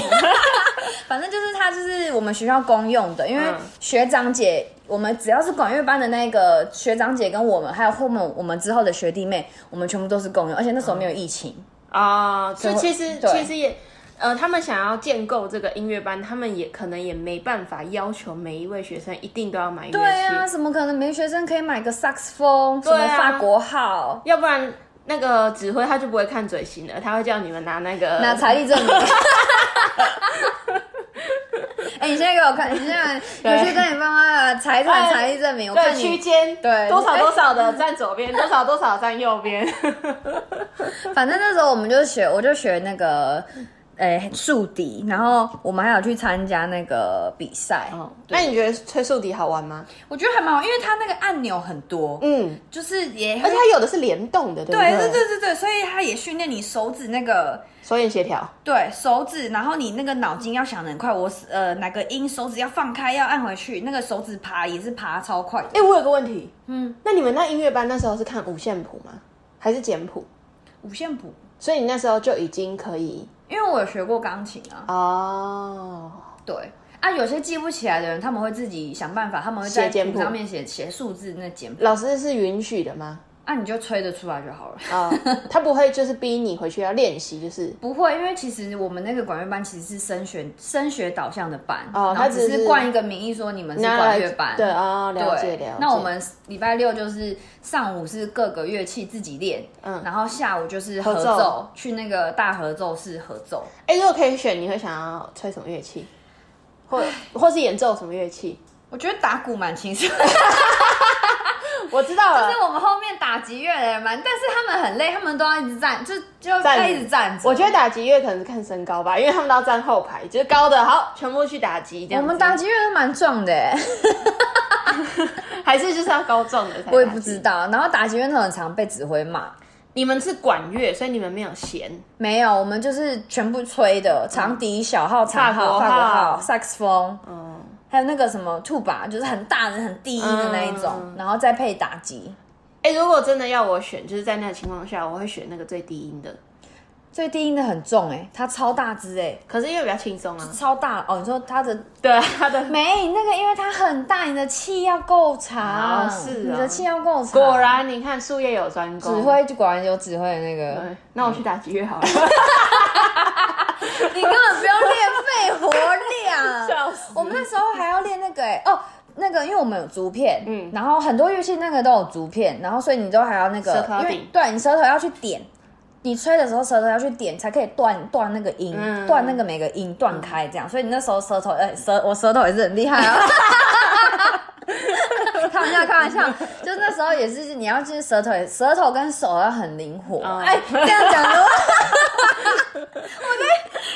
Speaker 2: 反正就是他就是我们学校公用的，因为
Speaker 1: 嗯
Speaker 2: 学长姐。我们只要是管乐班的那个学长姐跟我们，还有后面我们之后的学弟妹，我们全部都是公用，而且那时候没有疫情，
Speaker 1: 啊，所以
Speaker 2: 所以
Speaker 1: 其实
Speaker 2: 对
Speaker 1: 其实也。呃，他们想要建构这个音乐班，他们也可能也没办法要求每一位学生一定都要
Speaker 2: 啊
Speaker 1: 买乐器，
Speaker 2: 对啊，怎么可能没学生可以买个萨克斯风，什
Speaker 1: 对
Speaker 2: 么
Speaker 1: 啊
Speaker 2: 法国号？
Speaker 1: 要不然那个指挥他就不会看嘴型了，他会叫你们拿那个
Speaker 2: 拿财力证明。 哎、你现在给我看，你现在
Speaker 1: 对
Speaker 2: 回去跟你爸妈的财产
Speaker 1: 哎
Speaker 2: 财力证明，我
Speaker 1: 对
Speaker 2: 看
Speaker 1: 区
Speaker 2: 你，
Speaker 1: 间，
Speaker 2: 对
Speaker 1: 多少多少的站左边， 多少多少站右边。
Speaker 2: 反正那时候我们就学，我就学那个。哎，竖笛，然后我们还有去参加那个比赛，
Speaker 1: 那你觉得吹竖笛好玩吗？
Speaker 2: 嗯我觉得还蛮好，因为它那个按钮很多，
Speaker 1: 嗯，
Speaker 2: 就是也
Speaker 1: 而且它有的是联动的，对不
Speaker 2: 对
Speaker 1: 对
Speaker 2: 对对对对，所以它也训练你手指那个
Speaker 1: 手眼协调。
Speaker 2: 对手指，然后你那个脑筋要想的很快，我是呃哪个音手指要放开要按回去，那个手指爬也是爬超快的。
Speaker 1: 哎、我有个问题，
Speaker 2: 嗯，
Speaker 1: 那你们那音乐班那时候是看五线谱吗？还是简谱？
Speaker 2: 五线谱，
Speaker 1: 所以你那时候就已经可以
Speaker 2: 因为我有学过钢琴啊，
Speaker 1: 哦，
Speaker 2: 对啊，有些记不起来的人他们会自己想办法，他们会在
Speaker 1: 写简谱
Speaker 2: 谱上面写写数字那简谱，
Speaker 1: 老师是允许的吗？
Speaker 2: 啊你就吹得出来就好了。
Speaker 1: 啊、他不会就是逼你回去要练习，就是
Speaker 2: 不会，因为其实我们那个管乐班其实是升学升学导向的班，
Speaker 1: 哦
Speaker 2: 然后
Speaker 1: 他只
Speaker 2: 只
Speaker 1: 是
Speaker 2: 是冠一个名义说你们是
Speaker 1: 拿
Speaker 2: 管
Speaker 1: 来
Speaker 2: 乐班，
Speaker 1: 对啊、哦，了解
Speaker 2: 对，
Speaker 1: 了解。
Speaker 2: 那我们礼拜六就是上午是各个乐器自己练，
Speaker 1: 嗯
Speaker 2: 然后下午就是合
Speaker 1: 合
Speaker 2: 奏，
Speaker 1: 奏
Speaker 2: 去那个大合奏室合奏。
Speaker 1: 哎、如果可以选，你会想要吹什么乐器，或或是演奏什么乐器？
Speaker 2: 我觉得打鼓蛮轻松，但
Speaker 1: 我知道了
Speaker 2: 是，我们后面打击乐的人蛮，但是他们很累，他们都要一直站，就就
Speaker 1: 站
Speaker 2: 在一直站着。
Speaker 1: 我觉得打击乐可能是看身高吧，因为他们都要站后排，就是高的好，全部去打击这
Speaker 2: 我
Speaker 1: 样子。
Speaker 2: 们打击乐都蛮壮的欸，
Speaker 1: 还是就是要高壮的才。
Speaker 2: 我也不知。道。然后打击乐都很常被指挥骂，
Speaker 1: 你们是管乐，所以你们没有弦。
Speaker 2: 没有，我们就是全部吹的，长笛、小号、长号、
Speaker 1: 法国
Speaker 2: 法国
Speaker 1: 号
Speaker 2: 号、萨克斯风，
Speaker 1: 嗯，
Speaker 2: 还有那个什么兔把，就是很大的、很低音的那一种，
Speaker 1: 嗯
Speaker 2: 然后再配打击。
Speaker 1: 哎、如果真的要我选，就是在那个情况下，我会选那个最低音的。
Speaker 2: 最低音的很重哎、欸，它超大只哎、
Speaker 1: 可是因为比较轻松啊。
Speaker 2: 超大哦！你说它的
Speaker 1: 对啊，它的
Speaker 2: 没那个，因为它很大，你的气要够长，
Speaker 1: 哦是哦
Speaker 2: 你的气要够长。
Speaker 1: 果然，你看术业有专
Speaker 2: 指
Speaker 1: 攻。。
Speaker 2: 挥就果然有指挥的那个，
Speaker 1: 对，那我去打击乐好了。
Speaker 2: 你根本不用练肺活 量。
Speaker 1: 笑死！
Speaker 2: 我们那时候还要练那个哎、哦，那个因为我们有竹片，
Speaker 1: 嗯
Speaker 2: 嗯，然后很多乐器那个都有竹片，然后所以你都还要那
Speaker 1: 舌
Speaker 2: 个
Speaker 1: 头，要
Speaker 2: 因为
Speaker 1: 顶
Speaker 2: 对你舌头要去点。你吹的时候，舌头要去点，才可以断断那个音，
Speaker 1: 嗯
Speaker 2: 断、那个每个音断开这样。所以你那时候舌头，哎、舌我舌头也是很厉害啊。 开玩笑，开玩笑，就那时候也是，你要就是舌头也，舌头跟手要很灵活。
Speaker 1: 哦
Speaker 2: 哎、这样讲的话，我在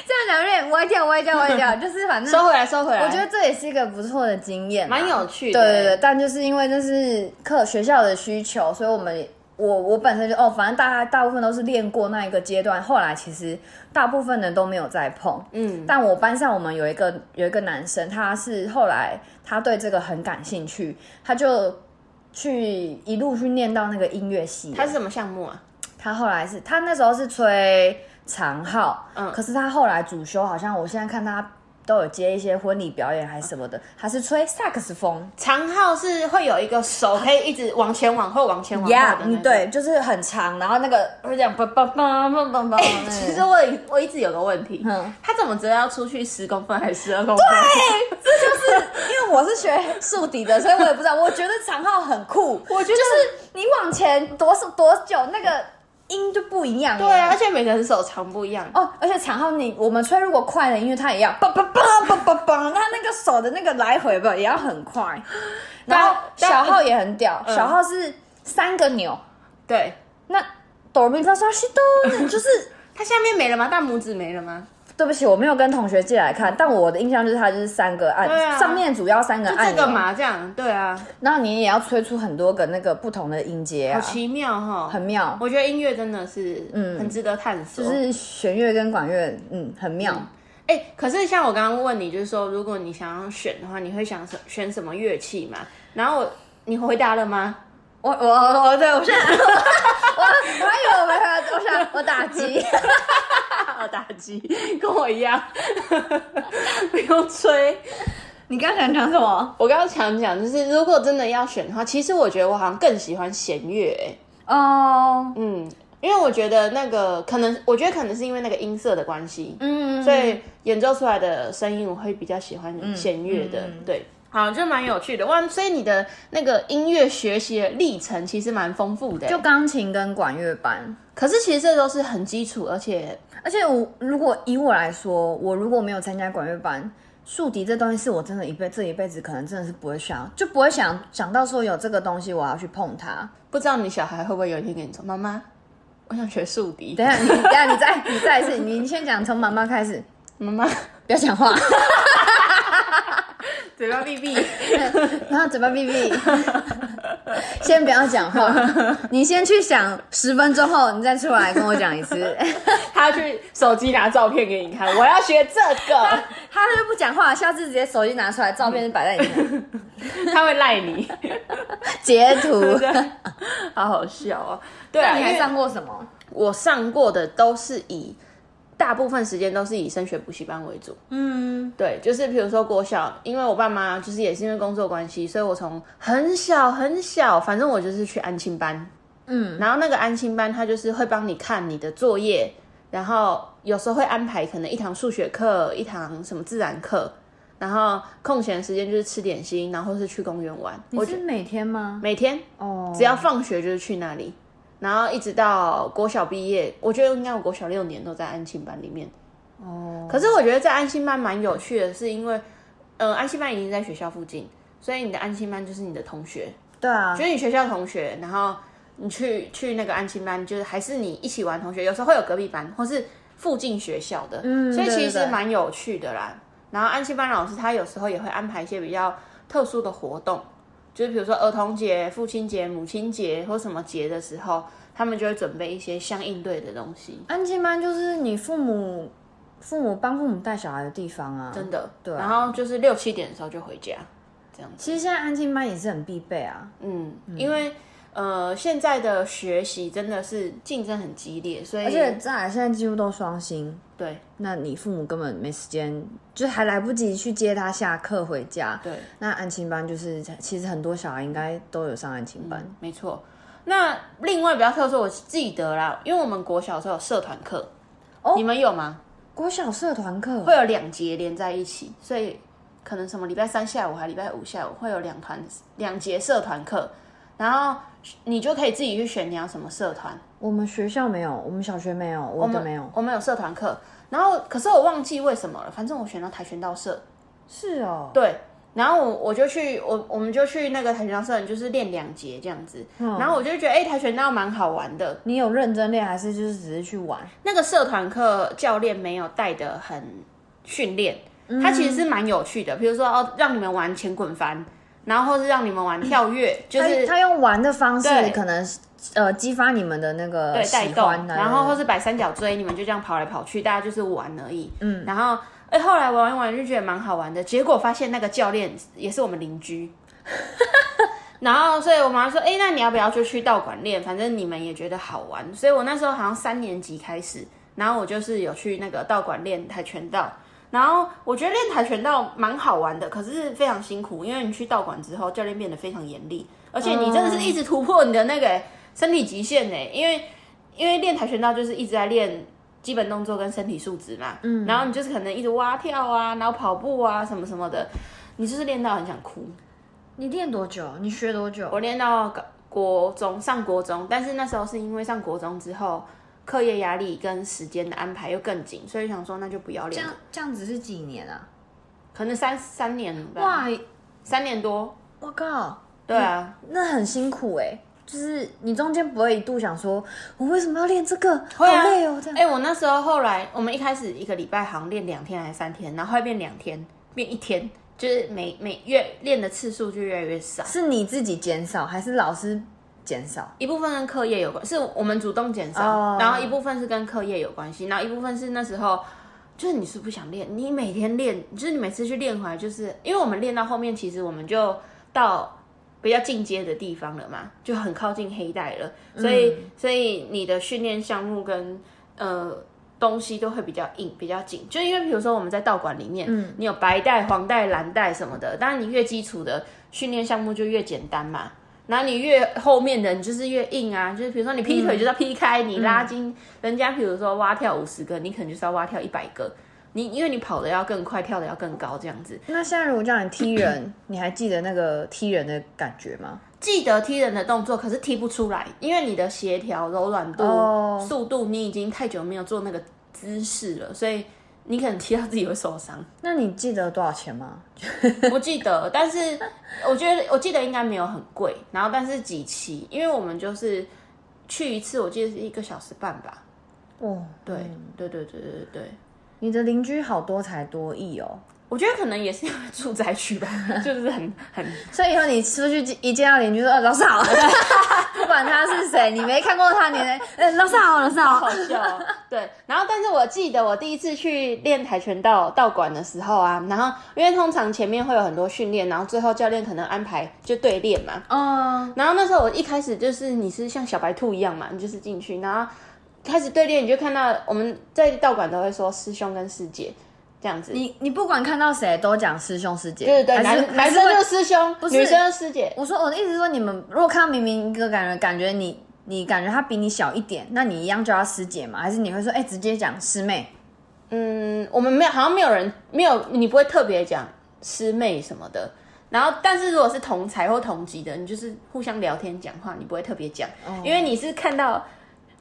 Speaker 2: 这样讲有点歪掉，歪掉，歪 掉，就是反正
Speaker 1: 收回来，收回来。
Speaker 2: 我觉得这也是一个不错的经验啊，
Speaker 1: 蛮有趣的
Speaker 2: 对对对，但就是因为这是课学校的需求，所以我们我我本身就哦，反正大家大部分都是练过那一个阶段，后来其实大部分人都没有再碰。
Speaker 1: 嗯，
Speaker 2: 但我班上我们有一个有一个男生，他是后来他对这个很感兴趣，他就去一路去念到那个音乐系了。
Speaker 1: 它是什么项目啊？
Speaker 2: 他后来是他那时候是吹长号，
Speaker 1: 嗯
Speaker 2: 可是他后来主修好像我现在看他都有接一些婚礼表演还是什么的，他是吹萨克斯风。
Speaker 1: 长号是会有一个手可以一直往前往后、往前往后的
Speaker 2: 呀、
Speaker 1: 那
Speaker 2: 嗯，
Speaker 1: 种。
Speaker 2: 对，就是很长，然后那个会这样叭叭叭叭叭哎叭。
Speaker 1: 哎其实我有我一直有个问题，
Speaker 2: 嗯
Speaker 1: 他怎么知道要出去十公分还是十二公分？对，
Speaker 2: 因为我是学竖笛的，所以我也不知道。我觉得长号很酷，
Speaker 1: 我觉得
Speaker 2: 就是你往前多少多久，那个音就不一样。
Speaker 1: 对啊，而。且每个人手长不一样。
Speaker 2: 哦，而且长号你我们吹如果快的音乐，它也要叭叭叭叭叭叭，它那个手的那个来回吧也要很 快。然后
Speaker 1: 但
Speaker 2: 小号也很屌，
Speaker 1: 嗯
Speaker 2: 小号是三个钮，
Speaker 1: 对，
Speaker 2: 那哆咪发嗦西哆，就是
Speaker 1: 他下面没了吗？大拇指没了吗？
Speaker 2: 对不起，我没有跟同学借来看，但我的印象就是它就是三个按，
Speaker 1: 对啊
Speaker 2: 上面主要三个
Speaker 1: 就
Speaker 2: 呃按
Speaker 1: 这个
Speaker 2: 钮，
Speaker 1: 麻将，对啊，
Speaker 2: 然后你也要吹出很多个那个不同的音阶
Speaker 1: 好
Speaker 2: 啊，
Speaker 1: 奇妙哈。
Speaker 2: 很妙，
Speaker 1: 我觉得音乐真的是，嗯，
Speaker 2: 嗯
Speaker 1: 很值得探索。
Speaker 2: 就是弦乐跟管乐，嗯，很妙。
Speaker 1: 哎、可是像我刚刚问你，就是说，如果你想要选的话，你会想什选什么乐器嘛？然后我，你回答了 吗？
Speaker 2: 我我我对我现在我 我还以为我没回答，我想我打击。
Speaker 1: 我打击，跟我一样， 不用吹。
Speaker 2: 你刚才讲什么？
Speaker 1: 我刚刚想讲，就是如果真的要选的话，其实我觉得我好像更喜欢弦乐、欸，
Speaker 2: 哦，
Speaker 1: 嗯，因为我觉得那个可能，我觉得可能是因为那个音色的关系，
Speaker 2: 嗯，
Speaker 1: 所以演奏出来的声音我会比较喜欢弦乐的，
Speaker 2: 嗯嗯
Speaker 1: 对。好，就蛮有趣的哇！所以你的那个音乐学习的历程其实蛮丰富的欸，
Speaker 2: 就钢琴跟管乐班。
Speaker 1: 可是其实这都是很基础，而且
Speaker 2: 而且我如果以我来说，我如果没有参加管乐班，竖笛这东西是我真的一辈这一辈子可能真的是不会想，就不会想想到说有这个东西我要去碰它。
Speaker 1: 不知道你小孩会不会有一天跟你说：“妈妈，我想学竖笛。
Speaker 2: 等一下你等一下你再你再一次，你你先讲从妈妈开始，”
Speaker 1: 妈妈
Speaker 2: 不要讲话，
Speaker 1: 嘴巴闭闭。
Speaker 2: 然后嘴巴闭闭，先不要讲话， 你先去想十分钟后你再出来跟我讲一次。
Speaker 1: 他去手机拿照片给你看，我要学这个，
Speaker 2: 他就不讲话，下次直接手机拿出来，照片就摆在你面前
Speaker 1: 他会赖你，
Speaker 2: 截图。
Speaker 1: 好好笑哦。对
Speaker 2: 那
Speaker 1: 啊，
Speaker 2: 你还
Speaker 1: 因为
Speaker 2: 上过什么？
Speaker 1: 我上过的都是以大部分时间都是以升学补习班为主。
Speaker 2: 嗯，
Speaker 1: 对，就是比如说国小，因为我爸妈就是也是因为工作关系，所以我从很小很小，反正我就是去安亲班。嗯，然后那个安亲班，他就是会帮你看你的作业，然后有时候会安排可能一堂数学课，一堂什么自然课，然后空闲时间就是吃点心，然后是去公园玩。
Speaker 2: 你
Speaker 1: 我
Speaker 2: 是每天吗？
Speaker 1: 每天
Speaker 2: 哦，
Speaker 1: 只要放学就是去那里，然后一直到国小毕业，我觉得应该我国小六年都在安亲班里面。
Speaker 2: 哦，
Speaker 1: 可是我觉得在安心班蛮有趣的，是因为，呃，安心班已经在学校附近，所以你的安心班就是你的同学，
Speaker 2: 对啊，
Speaker 1: 就是你学校同学，然后你去去那个安心班，就是还是你一起玩同学，有时候会有隔壁班或是附近学校的，
Speaker 2: 嗯
Speaker 1: 所以
Speaker 2: 对
Speaker 1: 其
Speaker 2: 对
Speaker 1: 实
Speaker 2: 对
Speaker 1: 蛮有趣的啦。然后安心班老师他有时候也会安排一些比较特殊的活动，就是比如说儿童节、父亲节、母亲节或什么节的时候，他们就会准备一些相应对的东西。
Speaker 2: 安亲班就是你父母父母帮父母带小孩的地方啊。
Speaker 1: 真的。
Speaker 2: 对啊
Speaker 1: 然后就是六七点的时候就回家，这样子。
Speaker 2: 其实现在安亲班也是很必备啊。
Speaker 1: 嗯，因为呃，现在的学习真的是竞争很激烈，所以
Speaker 2: 而且再来，现在几乎都双薪，
Speaker 1: 哎对
Speaker 2: 那你父母根本没时间，就还来不及去接他下课回家。
Speaker 1: 对，
Speaker 2: 那安亲班就是，其实很多小孩应该都有上安亲班。
Speaker 1: 嗯没错。那另外比较特殊，我记得啦，因为我们国小的时候有社团课，哦、你们有吗？
Speaker 2: 国小社团课
Speaker 1: 会有两节连在一起，所以可能什么礼拜三下午还礼拜五下午会有两团两节社团课，然后你就可以自己去选你要什么社团。
Speaker 2: 我们学校没有，我们小学没有，我的没有。
Speaker 1: 我们有社团课，然后可是我忘记为什么了，反正我选到跆拳道社，
Speaker 2: 是哦，
Speaker 1: 对，然后我我就去我我们就去那个跆拳道社，就是练两节这样子，
Speaker 2: 哦
Speaker 1: 然后我就觉得哎、跆拳道蛮好玩的，
Speaker 2: 你有认真练还是就是只是去玩？
Speaker 1: 那个社团课教练没有带的很训练，他其实是蛮有趣的，比如说哦让你们玩前滚翻，然后或是让你们玩跳跃，就是
Speaker 2: 他他用玩的方式
Speaker 1: 对，
Speaker 2: 可能呃激发你们的那个
Speaker 1: 对带
Speaker 2: 喜
Speaker 1: 动，
Speaker 2: 欢啊，
Speaker 1: 然后或是摆三角锥，你们就这样跑来跑去，大家就是玩而已。嗯，然后哎、后来玩一玩就觉得蛮好玩的，结果发现那个教练也是我们邻 居。然后，所以我妈说：“哎、那你要不要就去道馆练？反正你们也觉得好玩。”所以，我那时候好像三年级开始，然后我就是有去那个道馆练跆拳道。然后我觉得练跆拳道蛮好玩的，可是非常辛苦，因为你去道馆之后，教练变得非常严厉，而且你真的
Speaker 2: 嗯
Speaker 1: 是一直突破你的那个、身体极限呢、因为因为练跆拳道就是一直在练基本动作跟身体素质嘛，嗯，然后你就是可能一直蛙跳啊，然后跑步啊什么什么的，你就是练到很想哭。
Speaker 2: 你练多久？你学多久？
Speaker 1: 我练到高国中上国中，但是那时候是因为上国中之后，课业压力跟时间的安排又更紧，所以想说那就不要
Speaker 2: 这
Speaker 1: 练
Speaker 2: 样
Speaker 1: 了，
Speaker 2: 这样子是几年啊？
Speaker 1: 可能三三年吧，
Speaker 2: 哇，
Speaker 1: 三年多，
Speaker 2: 我靠，
Speaker 1: 对啊，
Speaker 2: 那很辛苦哎、就是你中间不会一度想说，我为什么要练这个？好
Speaker 1: 会啊
Speaker 2: 累哦，这样。
Speaker 1: 哎、我那时候后来，我们一开始一个礼拜好像练两天还是三天，然后后来变两天，变一天，就是每每月练的次数就越来越少。
Speaker 2: 是你自己减少还是老师减少？
Speaker 1: 一部分跟课业有关，是我们主动减少
Speaker 2: 哦
Speaker 1: 然后一部分是跟课业有关系，然后一部分是那时候就是你是不想练，你每天练，就是你每次去练回来，就是因为我们练到后面，其实我们就到比较进阶的地方了嘛，就很靠近黑带了，所以、所以你的训练项目跟呃。东西都会比较硬，比较紧，就因为比如说我们在道馆里面，你有白带、黄带、蓝带什么的，当然你越基础的训练项目就越简单嘛。然后你越后面的你就是越硬啊，就是比如说你劈腿就是要劈开，你拉筋，人家比如说蛙跳五十个，你可能就是要蛙跳一百个，你因为你跑的要更快，跳的要更高，这样子。
Speaker 2: 那现在如果叫你踢人，你还记得那个踢人的感觉吗？
Speaker 1: 记得踢人的动作，可是踢不出来，因为你的协调、柔软度、
Speaker 2: 哦
Speaker 1: 速度，你已经太久没有做那个姿势了，所以你可能踢到自己会受伤。
Speaker 2: 那你记得多少钱吗？
Speaker 1: 不记得，但是我觉得我记得应该没有很贵。然后但是几期，因为我们就是去一次，我记得是一个小时半吧。
Speaker 2: 哦，
Speaker 1: 对、嗯对对对对对对，
Speaker 2: 你的邻居好多才多艺哦，
Speaker 1: 我觉得可能也是因为住宅区 吧，就是很很
Speaker 2: 所以以后你出去一见到邻居说：“呃，老师好。” 不管他是谁，你没看过他，你来呃，老师好，老师好。
Speaker 1: 好笑哦。 对，然后但是我记得我第一次去练跆拳道道馆的时候啊，然后因为通常前面会有很多训练，然后最后教练可能安排就对练嘛。
Speaker 2: 哦，
Speaker 1: 然后那时候我一开始就是你是像小白兔一样嘛，你就是进去，然后开始对练，你就看到我们在道馆都会说师兄跟师姐这样子，
Speaker 2: 你你不管看到谁都讲师兄师姐，
Speaker 1: 对对对，
Speaker 2: 还是
Speaker 1: 男
Speaker 2: 还
Speaker 1: 男
Speaker 2: 是
Speaker 1: 生
Speaker 2: 会
Speaker 1: 就是师兄，
Speaker 2: 是
Speaker 1: 女生就是师姐。
Speaker 2: 我说我的意思是说，你们如果看到明明一个感觉，感觉你你感觉他比你小一点，那你一样叫他师姐吗？还是你会说，哎、直接讲师妹？
Speaker 1: 嗯，我们没有，好像没有人没有，你不会特别讲师妹什么的。然后，但是如果是同才或同级的，你就是互相聊天讲话，你不会特别讲，
Speaker 2: 哦
Speaker 1: 因为你是看到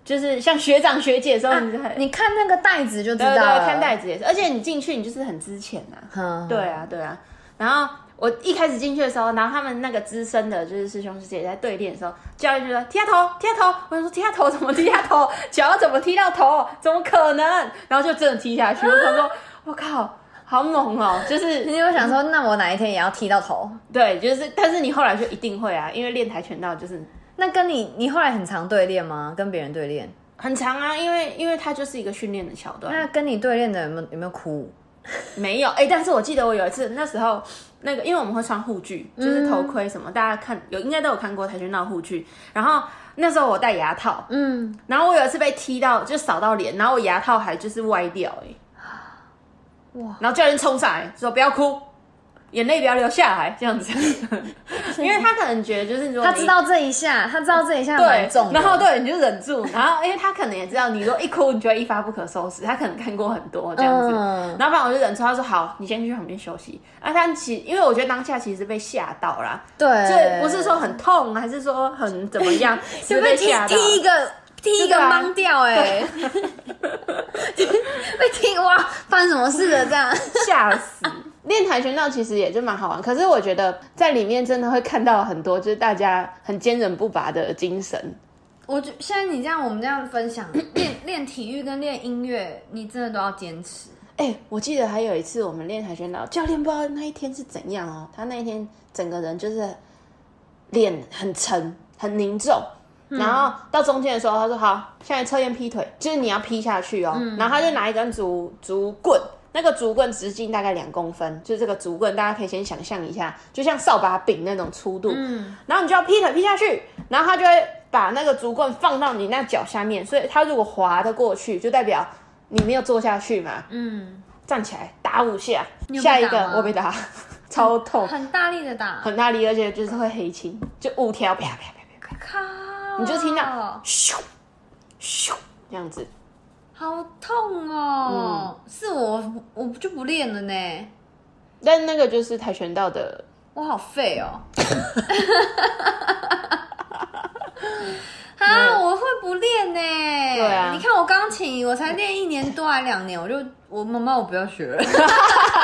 Speaker 1: 就是像学长学姐的时候，你就很、
Speaker 2: 啊你看那个袋子就知道
Speaker 1: 对对
Speaker 2: 了，
Speaker 1: 对看袋子也是，而且你进去你就是很之前呐、
Speaker 2: 嗯，
Speaker 1: 对啊，对啊。然后我一开始进去的时候，然后他们那个资深的，就是师兄师姐在对练的时候，教练就说踢他头，踢他头。我就说踢他头怎么踢他头？脚要怎么踢到头？怎么可能？然后就真的踢下去。我想说，我靠，好猛哦！就是
Speaker 2: 你有想说，那我哪一天也要剃到头？
Speaker 1: 对，就是，但是你后来就一定会啊，因为练跆拳道就是
Speaker 2: 那跟你你后来很常对练吗？跟别人对练？
Speaker 1: 很长啊，因为因为它就是一个训练的桥段。
Speaker 2: 那跟你对练的有没有有没有哭？
Speaker 1: 没有，哎、但是我记得我有一次，那时候那个，因为我们会穿护具，
Speaker 2: 嗯
Speaker 1: 就是头盔什么，大家看有应该都有看过跆拳道护具。然后那时候我戴牙套，
Speaker 2: 嗯，
Speaker 1: 然后我有一次被踢到，就扫到脸，然后我牙套还就是歪掉、哎，
Speaker 2: 哇！
Speaker 1: 然后教练冲上来说不要哭，眼泪不要流下来，这样 子，因为他可能觉得就是如果
Speaker 2: 他
Speaker 1: 你
Speaker 2: 知道这一下，他知道这一下
Speaker 1: 对
Speaker 2: 蛮重，的，
Speaker 1: 然后对你就忍住，然后因为他可能也知道你如果一哭，你就会一发不可收拾，他可能看过很多这样子，
Speaker 2: 嗯
Speaker 1: 然后反正我就忍住，他说好，你先去旁边休息。啊，但其因为我觉得当下其实被吓到啦，
Speaker 2: 对，
Speaker 1: 这不是说很痛，还是说很怎么 样，只
Speaker 2: 就是被
Speaker 1: 被
Speaker 2: 踢
Speaker 1: 吓到。
Speaker 2: 踢一个踢一个
Speaker 1: 对啊
Speaker 2: 懵掉哎、 被踢哇，发生什么事了这样？
Speaker 1: 吓 死！练跆拳道其实也就蛮好玩，可是我觉得在里面真的会看到很多，就是大家很坚韧不拔的精神。
Speaker 2: 我觉现在你这样，我们这样分 享，练练体育跟练音乐，你真的都要坚持。
Speaker 1: 哎、我记得还有一次我们练跆拳道，教练不知道那一天是怎样哦，他那一天整个人就是脸很沉、很凝重，然后到中间的时候，他说：“好，现在测验劈腿，就是你要劈下去哦。然后他就拿一根竹竹棍。那个竹棍直径大概两公分，就是这个竹棍，大家可以先想象一下，就像扫把柄那种粗度。
Speaker 2: 嗯，
Speaker 1: 然后你就要劈腿劈下去，然后他就会把那个竹棍放到你那脚下面，所以他如果滑得过去，就代表你没有坐下去嘛。
Speaker 2: 嗯，
Speaker 1: 站起来打五下，
Speaker 2: 有被
Speaker 1: 下一
Speaker 2: 打
Speaker 1: 个
Speaker 2: 吗
Speaker 1: 我被打， 超痛，
Speaker 2: 很大力的打，
Speaker 1: 很大力，而且就是会黑青，就五条啪啪啪啪啪，
Speaker 2: 靠，
Speaker 1: 你就听到咻咻这样子。
Speaker 2: 好痛哦。是我，我就不练了呢，
Speaker 1: 但那个就是跆拳道的，
Speaker 2: 我好废 哦。啊，我会不练呢、
Speaker 1: 对啊
Speaker 2: 你看我钢琴，我才练一年多还两年，我就我妈妈我不要学了。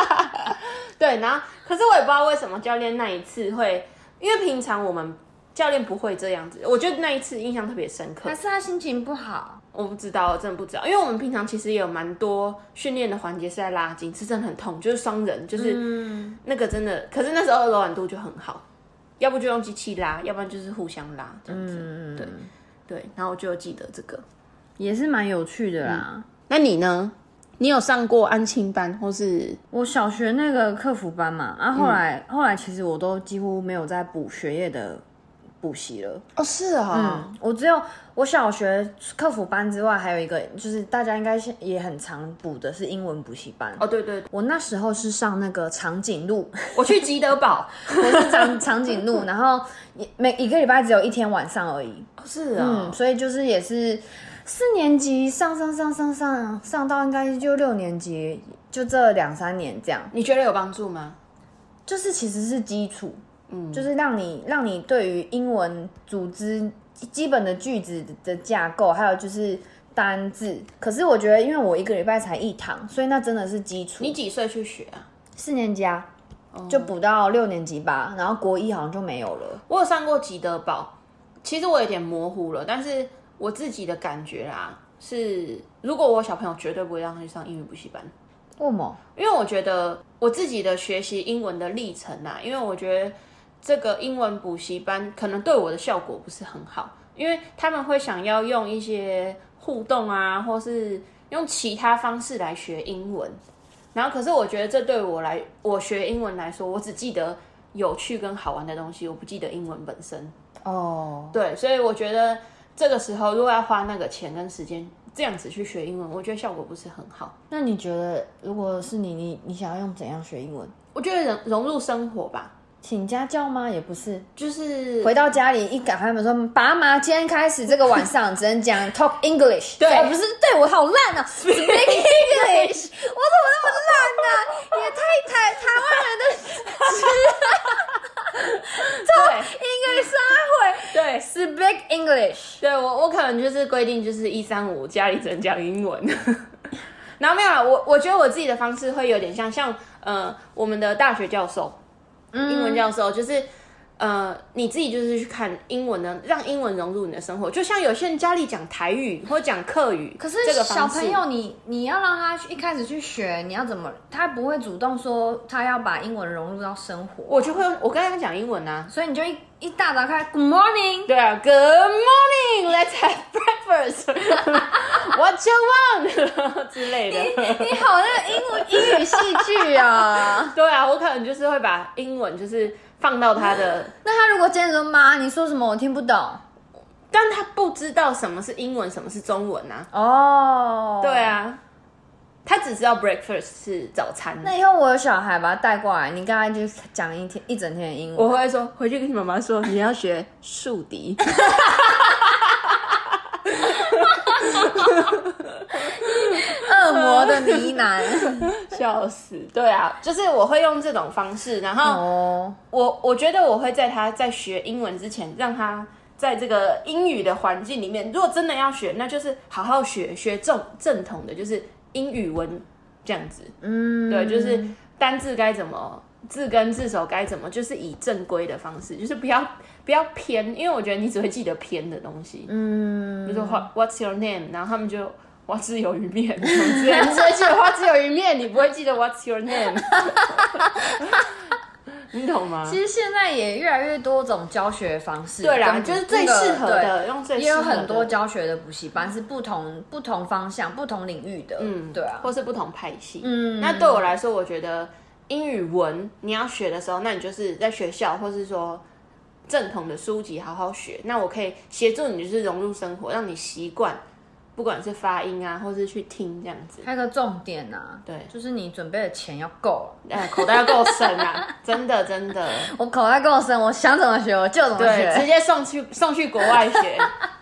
Speaker 1: 对。然后，可是我也不知道为什么教练那一次会，因为平常我们教练不会这样子，我觉得那一次印象特别深刻
Speaker 2: 还。是他心情不好？
Speaker 1: 我不知道，我真的不知道，因为我们平常其实也有蛮多训练的环节是在拉筋，是真的很痛，就是双人，就是
Speaker 2: 嗯，
Speaker 1: 那个真的，可是那时候柔软度就很好，要不就用机器拉，要不然就是互相拉这样子。对对，然后我就记得这个。
Speaker 2: 嗯也是蛮有趣的啦。
Speaker 1: 那你呢？你有上过安亲班或是
Speaker 2: 我小学那个客服班嘛，啊，后来、后来其实我都几乎没有在补学业的补习了。
Speaker 1: 哦是啊、
Speaker 2: 我只有我小学客服班之外，还有一个就是大家应该是也很常补的是英文补习班。
Speaker 1: 哦对对，对
Speaker 2: 我那时候是上那个长颈鹿，
Speaker 1: 我去吉德堡
Speaker 2: 我是长长颈鹿，然后也每一个礼拜只有一天晚上而已。嗯
Speaker 1: 哦是啊、
Speaker 2: 嗯，所以就是也是四年级上上上上上上到应该就六年级，就这两三年这样，
Speaker 1: 你觉得有帮助吗？
Speaker 2: 就是其实是基础，嗯，就是让你让你对于英文组织基本的句子的架构，还有就是单字。可是我觉得，因为我一个礼拜才一堂，所以那真的是基础。
Speaker 1: 你几岁去学啊？
Speaker 2: 四年级啊，就补到六年级吧，然后国一好像就没有了。
Speaker 1: 我有上过吉德堡，其实我有点模糊了，但是我自己的感觉啦是，如果我小朋友绝对不会让他去上英语补习班，
Speaker 2: 为什么？
Speaker 1: 因为我觉得我自己的学习英文的历程啊，因为我觉得这个英文补习班可能对我的效果不是很好，因为他们会想要用一些互动啊，或是用其他方式来学英文。然后，可是我觉得这对我来，我学英文来说，我只记得有趣跟好玩的东西，我不记得英文本身。
Speaker 2: 哦，
Speaker 1: 对，所以我觉得这个时候如果要花那个钱跟时间这样子去学英文，我觉得效果不是很好。
Speaker 2: 那你觉得如果是你，你你想要用怎样学英文？
Speaker 1: 我觉得融融入生活吧，
Speaker 2: 请家教吗？也不是，
Speaker 1: 就是
Speaker 2: 回到家里一赶快他们说，爸妈今天开始这个晚上只能讲 talk English。
Speaker 1: 对
Speaker 2: 哦不是对我好 烂啊，speak English，我怎么那么烂呢、也太台台湾人的 English 社
Speaker 1: 对对
Speaker 2: 啊会，speak English。
Speaker 1: 对我我可能就是规定就是一三五家里只能讲英文， 然后没有了。我我觉得我自己的方式会有点像像呃我们的大学教授，
Speaker 2: 嗯
Speaker 1: 英文教授就是。呃，你自己就是去看英文呢，让英文融入你的生活，就像有些人家里讲台语或讲客语，
Speaker 2: 可是
Speaker 1: 这个
Speaker 2: 小
Speaker 1: 方式
Speaker 2: 朋友你，你要让他去一开始去学，你要怎么？他不会主动说他要把英文融入到生活，
Speaker 1: 我就会我跟他讲英文啊，
Speaker 2: 所以你就一一大早开 Good morning，
Speaker 1: 对啊，Good morning，Let's have breakfast，What you want 之类 的。
Speaker 2: 你好那个英文英语戏剧啊！
Speaker 1: 对啊，我可能就是会把英文就是放到他 的，
Speaker 2: 那他如果今天说妈，你说什么我听不懂
Speaker 1: 但他不知道什么是英文，什么是中文啊。
Speaker 2: 哦
Speaker 1: 对，啊，他只知道 breakfast 是早餐。
Speaker 2: 那以后我有小孩把他带过来，你跟他就讲一天一整天的英文。
Speaker 1: 我会说回去跟你妈妈说，你要学竖 笛。
Speaker 2: 恶魔的呢喃。
Speaker 1: 笑死！对啊，就是我会用这种方式，然后
Speaker 2: 哦，
Speaker 1: 我我觉得我会在他在学英文之前，让他在这个英语的环境里面，如果真的要学，那就是好好学，学正正统的，就是英语文这样子。
Speaker 2: 嗯，
Speaker 1: 对，就是单字该怎么，字根字首该怎么，就是以正规的方式，就是不要不要偏，因为我觉得你只会记得偏的东西。
Speaker 2: 嗯，
Speaker 1: 比如说 What What's your name，然后他们就。我吃鱿鱼 面，什么之类的，你只会记得我吃鱿鱼面，你不会记得 What's your name，你懂吗？
Speaker 2: 其实现在也越来越多种教学方式，
Speaker 1: 对啦，
Speaker 2: 跟
Speaker 1: 就是
Speaker 2: 那
Speaker 1: 最
Speaker 2: 个
Speaker 1: 适合
Speaker 2: 对
Speaker 1: 的，用最
Speaker 2: 也有
Speaker 1: 适合
Speaker 2: 很
Speaker 1: 的
Speaker 2: 多教学的补习班是不同不同方向、不同领域的，嗯，对啊，
Speaker 1: 或是不同派系。
Speaker 2: 嗯
Speaker 1: 那对我来说，我觉得英语文你要学的时候，那你就是在学校，或是说正统的书籍好好学。那我可以协助你，就是融入生活，让你习惯，不管是发音啊，或是去听这样子。
Speaker 2: 还有个重点啊，
Speaker 1: 对
Speaker 2: 就是你准备的钱要够。
Speaker 1: 呃，口袋要够深 啊，真的真的，
Speaker 2: 我口袋够深，我想怎么学我就怎么
Speaker 1: 对，直
Speaker 2: 学。
Speaker 1: 接送去送去国外学，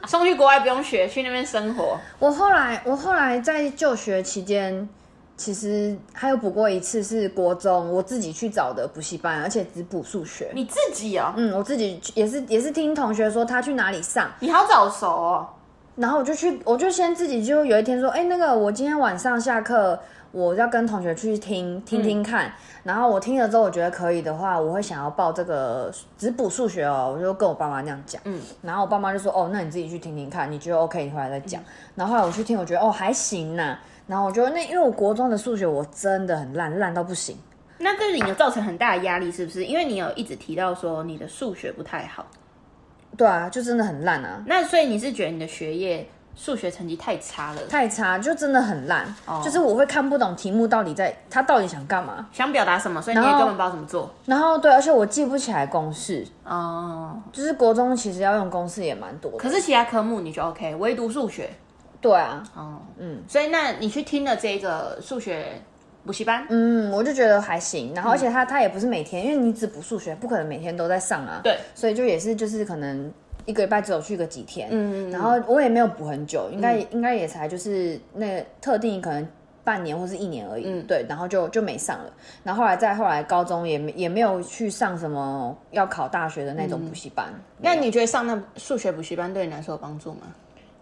Speaker 1: 送去国外不用学，去那边生活。
Speaker 2: 我后来我后来在就学期间，其实还有补过一次是国中，我自己去找的补习班，而且只补数学。
Speaker 1: 你自己哦，
Speaker 2: 嗯，我自己也是也是听同学说他去哪里上，
Speaker 1: 你好早熟哦。
Speaker 2: 然后我就去，我就先自己就有一天说，哎、那个我今天晚上下课，我要跟同学去听听听看。然后我听了之后，我觉得可以的话，我会想要报这个只补数学哦，我就跟我爸妈那样讲。嗯，然后我爸妈就说，哦，那你自己去听听看，你觉得 OK，你回来再讲。然后后来我去听，我觉得哦还行呐、然后我觉得那因为我国中的数学我真的很烂，烂到不行。
Speaker 1: 那对你有造成很大的压力，是不是？因为你有一直提到说你的数学不太好，
Speaker 2: 对啊，就真的很烂啊。
Speaker 1: 那所以你是觉得你的学业数学成绩太差了，
Speaker 2: 太差，就真的很烂就是我会看不懂题目到底在他到底想干嘛，
Speaker 1: 想表达什么，所以你也
Speaker 2: 然后
Speaker 1: 根本不知道怎么做。
Speaker 2: 然后对，而且我记不起来公式，
Speaker 1: 哦，
Speaker 2: 就是国中其实要用公式也蛮多的。
Speaker 1: 可是其他科目你就 OK，唯独数学。
Speaker 2: 对啊，
Speaker 1: 哦，嗯，所以那你去听了这个数学补习班，
Speaker 2: 嗯，我就觉得还
Speaker 1: 嗯
Speaker 2: 行。然后而且他他也不是每天，因为你只补数学，不可能每天都在上啊。
Speaker 1: 对，
Speaker 2: 所以就也是就是可能一个礼拜只有去个几天，
Speaker 1: 嗯
Speaker 2: 然后我也没有补很久，应该、应该也才就是那个特定可能半年或是一年而已，
Speaker 1: 嗯
Speaker 2: 对，然后就就没上了。然后后来再后来高中也没也没有去上什么要考大学的那种补习班。
Speaker 1: 嗯那你觉得上那数学补习班对你来说有帮助吗？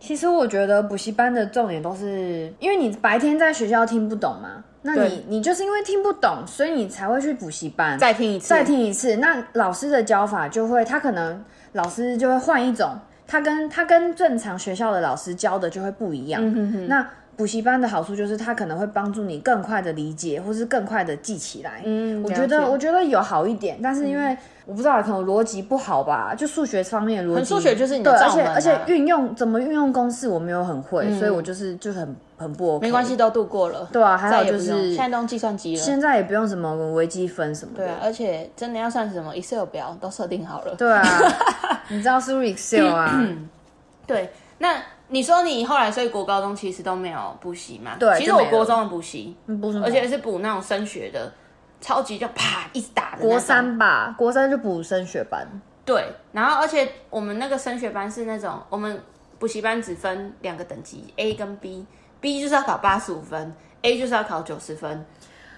Speaker 2: 其实我觉得补习班的重点都是，因为你白天在学校听不懂嘛，那你
Speaker 1: 对
Speaker 2: 你就是因为听不懂，所以你才会去补习班。
Speaker 1: 再听一次，
Speaker 2: 再听一次，那老师的教法就会，他可能老师就会换一种，他跟他跟正常学校的老师教的就会不一
Speaker 1: 嗯
Speaker 2: 样。那补习班的好处就是，他可能会帮助你更快的理解，或是更快的记起来。
Speaker 1: 嗯
Speaker 2: 我
Speaker 1: 了
Speaker 2: 觉得
Speaker 1: 解嗯
Speaker 2: 我觉得有好一点，但是因为我不知道，可能逻辑不好吧，就数学方面的逻辑，
Speaker 1: 数学就是你的
Speaker 2: 对，而
Speaker 1: 罩
Speaker 2: 且
Speaker 1: 门啊嗯
Speaker 2: 而且运用怎么运用公式我没有很会，所以我就是就很很不 OK。
Speaker 1: 没关系，，都度过了。
Speaker 2: 对啊，还
Speaker 1: 再
Speaker 2: 有
Speaker 1: 也
Speaker 2: 就
Speaker 1: 不用
Speaker 2: 是
Speaker 1: 现在都用计算机了。
Speaker 2: 现在也不用什么微积分什么的。
Speaker 1: 对啊，而且真的要算什么 Excel 表都设定好了。
Speaker 2: 对啊， 你知道是不是 Excel 啊？
Speaker 1: 嗯对，那你说你后来所以国高中其实都没有补习嘛？
Speaker 2: 对
Speaker 1: 其实
Speaker 2: 就没
Speaker 1: 我
Speaker 2: 了
Speaker 1: 国中的补习，
Speaker 2: 不是吗
Speaker 1: 而且是补那种升学的，超级就啪一直打的那种
Speaker 2: 国三吧，国三就补升学班，
Speaker 1: 对，然后而且我们那个升学班是那种，我们补习班只分两个等级，A 跟 B，B 就是要考八十五分，A 就是要考九十分。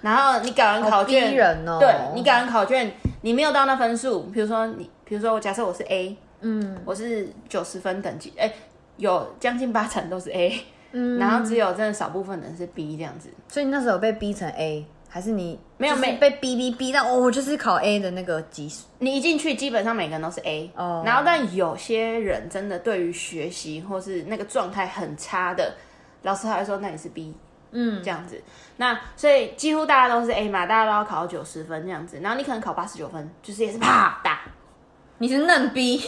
Speaker 1: 然后你搞完考
Speaker 2: 好
Speaker 1: 卷，
Speaker 2: 逼人哦
Speaker 1: 对你搞完考卷，你没有到那分数，比如说你，比如说我假设我是 A，嗯，我是九十分等级，哎，有将近八成都是 A，嗯，然后只有真的少部分人是 B 这样子，
Speaker 2: 所以你那时候有被逼成 A，还是你
Speaker 1: 没有
Speaker 2: 就是
Speaker 1: 没
Speaker 2: 被逼逼逼到哦，我就是考 A 的那个级数
Speaker 1: 你一进去，基本上每个人都是 A，、
Speaker 2: 哦
Speaker 1: 然后但有些人真的对于学习或是那个状态很差的，老师还会说那你是 B，嗯，这样子。那所以几乎大家都是 A 嘛，大家都要考九十分这样子，然后你可能考八十九分，就是也是啪打，
Speaker 2: 你是嫩 逼，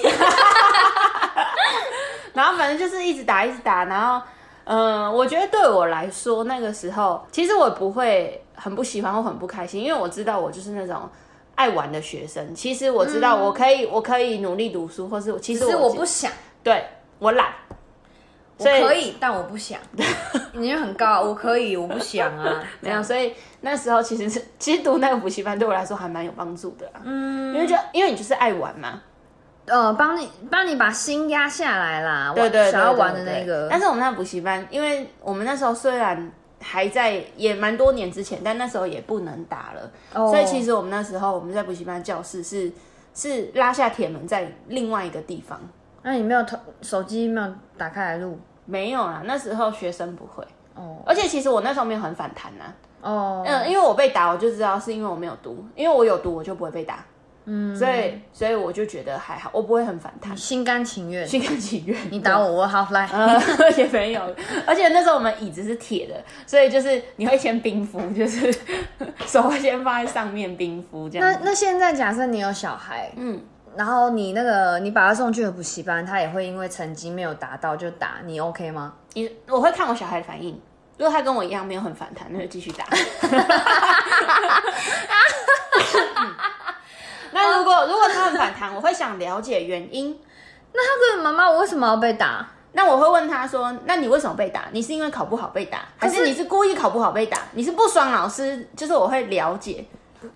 Speaker 1: 然后反正就是一直打一直打，然后嗯，我觉得对我来说那个时候，其实我不会很不喜欢或很不开心，因为我知道我就是那种。爱玩的学生，其实我知道我可以，我可以努力读书，或是我其
Speaker 2: 嗯只
Speaker 1: 实
Speaker 2: 是我
Speaker 1: 知
Speaker 2: 不想，
Speaker 1: 对我懒，
Speaker 2: 我
Speaker 1: 所以
Speaker 2: 可以，但我 不想。你就很高，啊我可以，我不想啊。
Speaker 1: 没有，所以那时候其实是 其实读那个补习班对我来说还蛮有帮助的、啊，嗯，因为就因为你就是爱玩嘛，
Speaker 2: 呃，帮你帮你把心压下来啦，
Speaker 1: 对对对
Speaker 2: 我想要
Speaker 1: 对
Speaker 2: 玩的
Speaker 1: 对
Speaker 2: 那
Speaker 1: 对
Speaker 2: 个。
Speaker 1: 但是我们那个补习班，因为我们那时候虽然还在也蛮多年之前，但那时候也不能打了，
Speaker 2: 哦
Speaker 1: 所以其实我们那时候我们在补习班教室是是拉下铁门在另外一个地方，
Speaker 2: 那你没有头手机没有打开来录
Speaker 1: 没有啦，那时候学生不会，
Speaker 2: 哦
Speaker 1: 而且其实我那时候没有很反弹啊呐、
Speaker 2: 哦，
Speaker 1: 嗯，因为我被打，我就知道是因为我没有读，因为我有读，我就不会被打。嗯，所以所以我就觉得还好，我不会很反弹，
Speaker 2: 心甘情愿。
Speaker 1: 心甘情愿。
Speaker 2: 嗯你打我，我好来。
Speaker 1: 呃也没有，而且那时候我们椅子是铁的，所以就是你会先冰敷， 就是手会先放在上面冰敷这样
Speaker 2: 那
Speaker 1: 子。
Speaker 2: 那现在假设你有小孩，
Speaker 1: 嗯，
Speaker 2: 然后你那个你把他送去了补习班，他也会因为成绩没有达到就打你，OK 吗？
Speaker 1: 你我会看我小孩的反应，如果他跟我一样没有很反弹，那就继 续打。嗯那如果如果他很反弹，我会想了解原因，
Speaker 2: 那他跟妈妈，我为什么要被打？
Speaker 1: 那我会问他说：“那你为什么被打？你是因为考不好被打，还
Speaker 2: 可是
Speaker 1: 是你是故意考不好被打？你是不爽老师？”就是我会了解，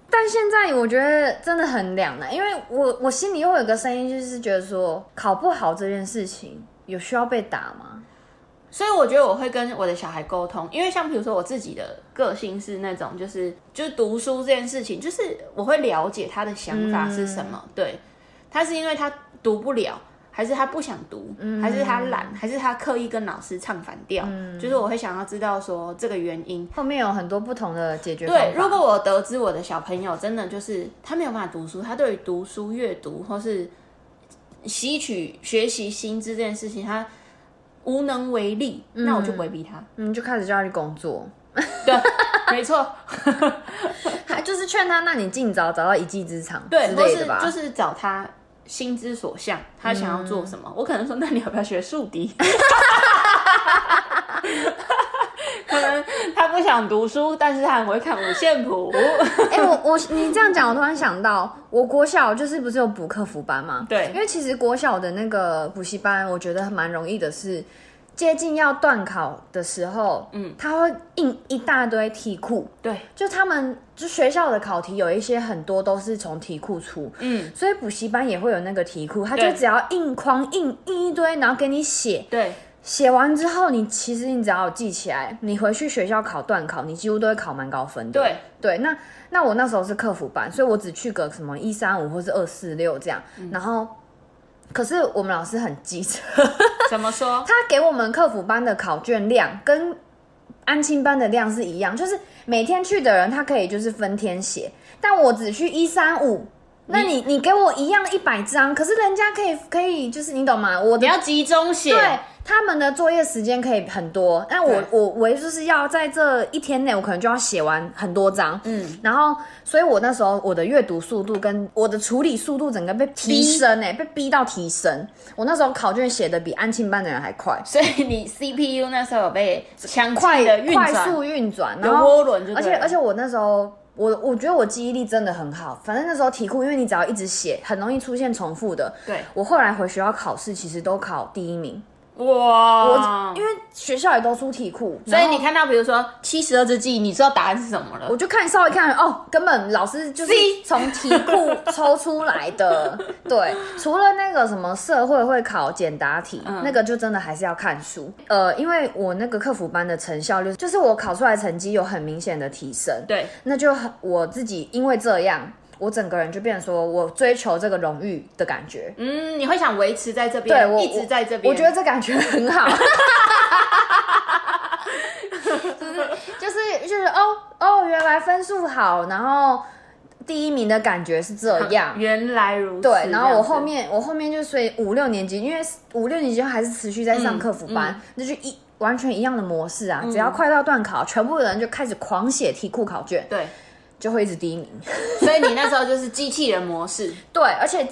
Speaker 2: 但现在我觉得真的很两难，因为我我心里又有一个声音，就是觉得说考不好这件事情有需要被打吗？
Speaker 1: 所以我觉得我会跟我的小孩沟通，因为像比如说我自己的个性是那种，就是就是读书这件事情，就是我会了解他的想法是什
Speaker 2: 嗯
Speaker 1: 么。对，他是因为他读不了，还是他不想读，
Speaker 2: 嗯
Speaker 1: 还是他懒，还是他刻意跟老师唱反调？就是我会想要知道说这个原因，
Speaker 2: 后面有很多不同的解决方法。
Speaker 1: 对，如果我得知我的小朋友真的就是他没有办法读书，他对于读书、阅读或是吸取学习新知这件事情，他无能为力，那我就不会逼他。
Speaker 2: 你嗯就开始叫他去工作，
Speaker 1: 对， 没错，
Speaker 2: 还就是劝他，那你尽早找到一技之长
Speaker 1: 对，
Speaker 2: 之
Speaker 1: 或
Speaker 2: 类
Speaker 1: 是
Speaker 2: 的吧。
Speaker 1: 就是找他心之所向，他想要做什么，我可能说，那你要不要学竖 笛？可能他不想读书，但是他很会看五线 谱。
Speaker 2: 哎、我我你这样讲，我突然想到，我国小就是不是有补客服班吗？
Speaker 1: 对
Speaker 2: 因为其实国小的那个补习班，我觉得蛮容易的是，接近要断考的时候，嗯，他会印一大堆题库，
Speaker 1: 对，
Speaker 2: 就他们就学校的考题有一些很多都是从题库出，
Speaker 1: 嗯，
Speaker 2: 所以补习班也会有那个题库，他就
Speaker 1: 对
Speaker 2: 只要硬框硬印一堆，然后给你写，
Speaker 1: 对，
Speaker 2: 写完之后你其实你只要有记起来，你回去学校考段考，你几乎都会考蛮高分的。
Speaker 1: 对
Speaker 2: 对，那那我那时候是客服班，所以我只去个什么一三五或是二四六这样，然后。可是我们老师很机车，
Speaker 1: 怎么说？
Speaker 2: 他给我们客服班的考卷量跟安亲班的量是一样，就是每天去的人他可以就是分天写，但我只去一三五。那你你给我一样一百张，可是人家可以可以就是你懂吗？我
Speaker 1: 你
Speaker 2: 的
Speaker 1: 要集中写，
Speaker 2: 对他们的作业时间可以很多，但我
Speaker 1: 对
Speaker 2: 我我就是要在这一天内，我可能就要写完很多张，
Speaker 1: 嗯，
Speaker 2: 然后所以我那时候我的阅读速度跟我的处理速度整个被提升哎、被逼到提升。我那时候考卷写的比安庆班的人还快，
Speaker 1: 所以你 CPU 那时候有被强
Speaker 2: 快
Speaker 1: 快的运
Speaker 2: 快
Speaker 1: 转，
Speaker 2: 速运转，
Speaker 1: 有
Speaker 2: 然后
Speaker 1: 涡轮就对
Speaker 2: 而且
Speaker 1: 了
Speaker 2: 而且我那时候。我我觉得我记忆力真的很好，反正那时候题库，因为你只要一直写，很容易出现重复的。
Speaker 1: 对
Speaker 2: 我后来回学校考试，其实都考第一名，
Speaker 1: 哇
Speaker 2: 我！因为学校也都出题库，
Speaker 1: 啊所以
Speaker 2: 然后
Speaker 1: 你看到比如说七十二只鸡，你知道答案是什么了
Speaker 2: 我？就看稍微看哦，根本老师就是
Speaker 1: See？
Speaker 2: 从题 库抽出来的。对，除了那个什么社会会考简答题，
Speaker 1: 嗯
Speaker 2: 那个就真的还是要看书。呃，因为我那个客服班的成效就是，就是我考出来成绩有很明显的提升。
Speaker 1: 对，
Speaker 2: 那就很我自己因为这样，我整个人就变成说我追求这个荣誉的感觉。
Speaker 1: 嗯，你会想维持在这
Speaker 2: 对
Speaker 1: 边，
Speaker 2: 我
Speaker 1: 一直在这边。
Speaker 2: 我，我觉得这感觉很好。 就是就是哦哦，原来分数好，然后第一名的感觉是这样。
Speaker 1: 原来如此。
Speaker 2: 对，然后我
Speaker 1: 这
Speaker 2: 后
Speaker 1: 样子
Speaker 2: 面我后面就所以五六年级，因为五六年级还是持续在
Speaker 1: 嗯
Speaker 2: 上客服班，那就一完全一样的模式啊。只要快到段考，全部的人就开始狂写题库考卷，
Speaker 1: 对，
Speaker 2: 就会一直第一名。
Speaker 1: 所以你那时候就是机器人模式。
Speaker 2: 对，而且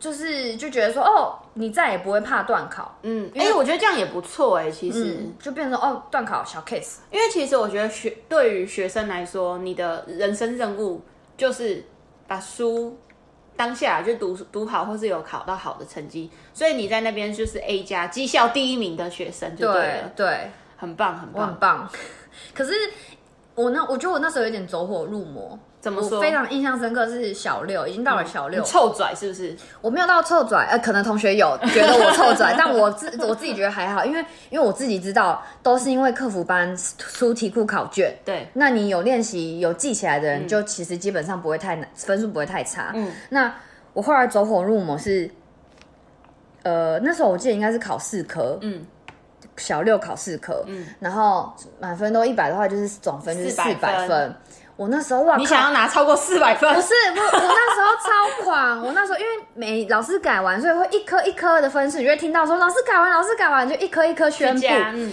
Speaker 2: 就是就觉得说哦，你再也不会怕段考，
Speaker 1: 嗯，哎、我觉得这样也不错哎、其实、
Speaker 2: 嗯，就变成哦段考小 case。
Speaker 1: 因为其实我觉得学对于学生来说，你的人生任务就是把书当下就读读好，或是有考到好的成绩，所以你在那边就是 A 加绩效第一名的学生就对了，
Speaker 2: 对，
Speaker 1: 很棒很
Speaker 2: 我很
Speaker 1: 棒。
Speaker 2: 棒。 可是我那我觉得我那时候有点走火入魔。
Speaker 1: 怎么
Speaker 2: 我
Speaker 1: 说？嗯
Speaker 2: 非常印象深刻是小六，已经到了小六，
Speaker 1: 你臭拽是不是？
Speaker 2: 我没有到臭拽，呃，可能同 学有觉得我臭拽，但我自我自己觉得还好，因为因为我自己知道都是因为客服班出题库考卷，
Speaker 1: 对，
Speaker 2: 那你有练习有记起来的人，就其实基本上不会太难，分数不会太差。
Speaker 1: 嗯，
Speaker 2: 那我后来走火入魔是，呃，那时候我记得应该是考四科，
Speaker 1: 嗯，
Speaker 2: 小六考四科，嗯，然后满分都一百的话，就是总分就是四
Speaker 1: 400
Speaker 2: 百
Speaker 1: 分
Speaker 2: 分。我那时候哇
Speaker 1: 你
Speaker 2: 靠
Speaker 1: 想！要拿超过四百分
Speaker 2: 不，是 我，我那时候超狂。我那时候因为每老师改完，所以会一科一科的分数，你就会听到说老师改完，老师改完，就一科一科宣布。
Speaker 1: 加嗯，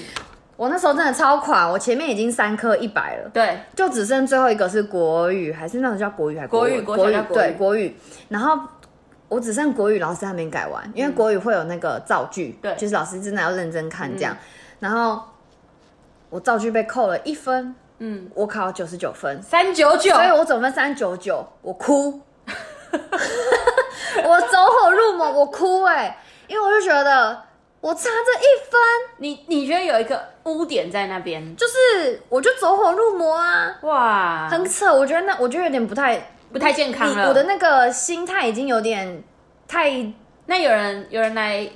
Speaker 2: 我那时候真的超狂，我前面已经三科一百了，
Speaker 1: 对，
Speaker 2: 就只剩最后一个是国语，还是那种叫国语还是国文
Speaker 1: 国语
Speaker 2: 国
Speaker 1: 国
Speaker 2: 语
Speaker 1: 小叫
Speaker 2: 对
Speaker 1: 国
Speaker 2: 国语，然后。我只剩国语老师还没改完，因为国语会有那个造句，
Speaker 1: 嗯对嗯
Speaker 2: 就是老师真的要认真看这样。然后我造句被扣了一分，
Speaker 1: 嗯，
Speaker 2: 我考九十九分，
Speaker 1: 三九九，
Speaker 2: 所以我总分三九九，我哭， 我走火入魔，我哭哎、因为我就觉得我差这一分，
Speaker 1: 你你觉得有一个污点在那边？
Speaker 2: 就是我就走火入魔啊，
Speaker 1: 哇，
Speaker 2: 很扯，我觉得那我觉得有点不太，
Speaker 1: 不太健康
Speaker 2: 你
Speaker 1: 了。
Speaker 2: 我的那个心态已经有点太，
Speaker 1: 那有人有人来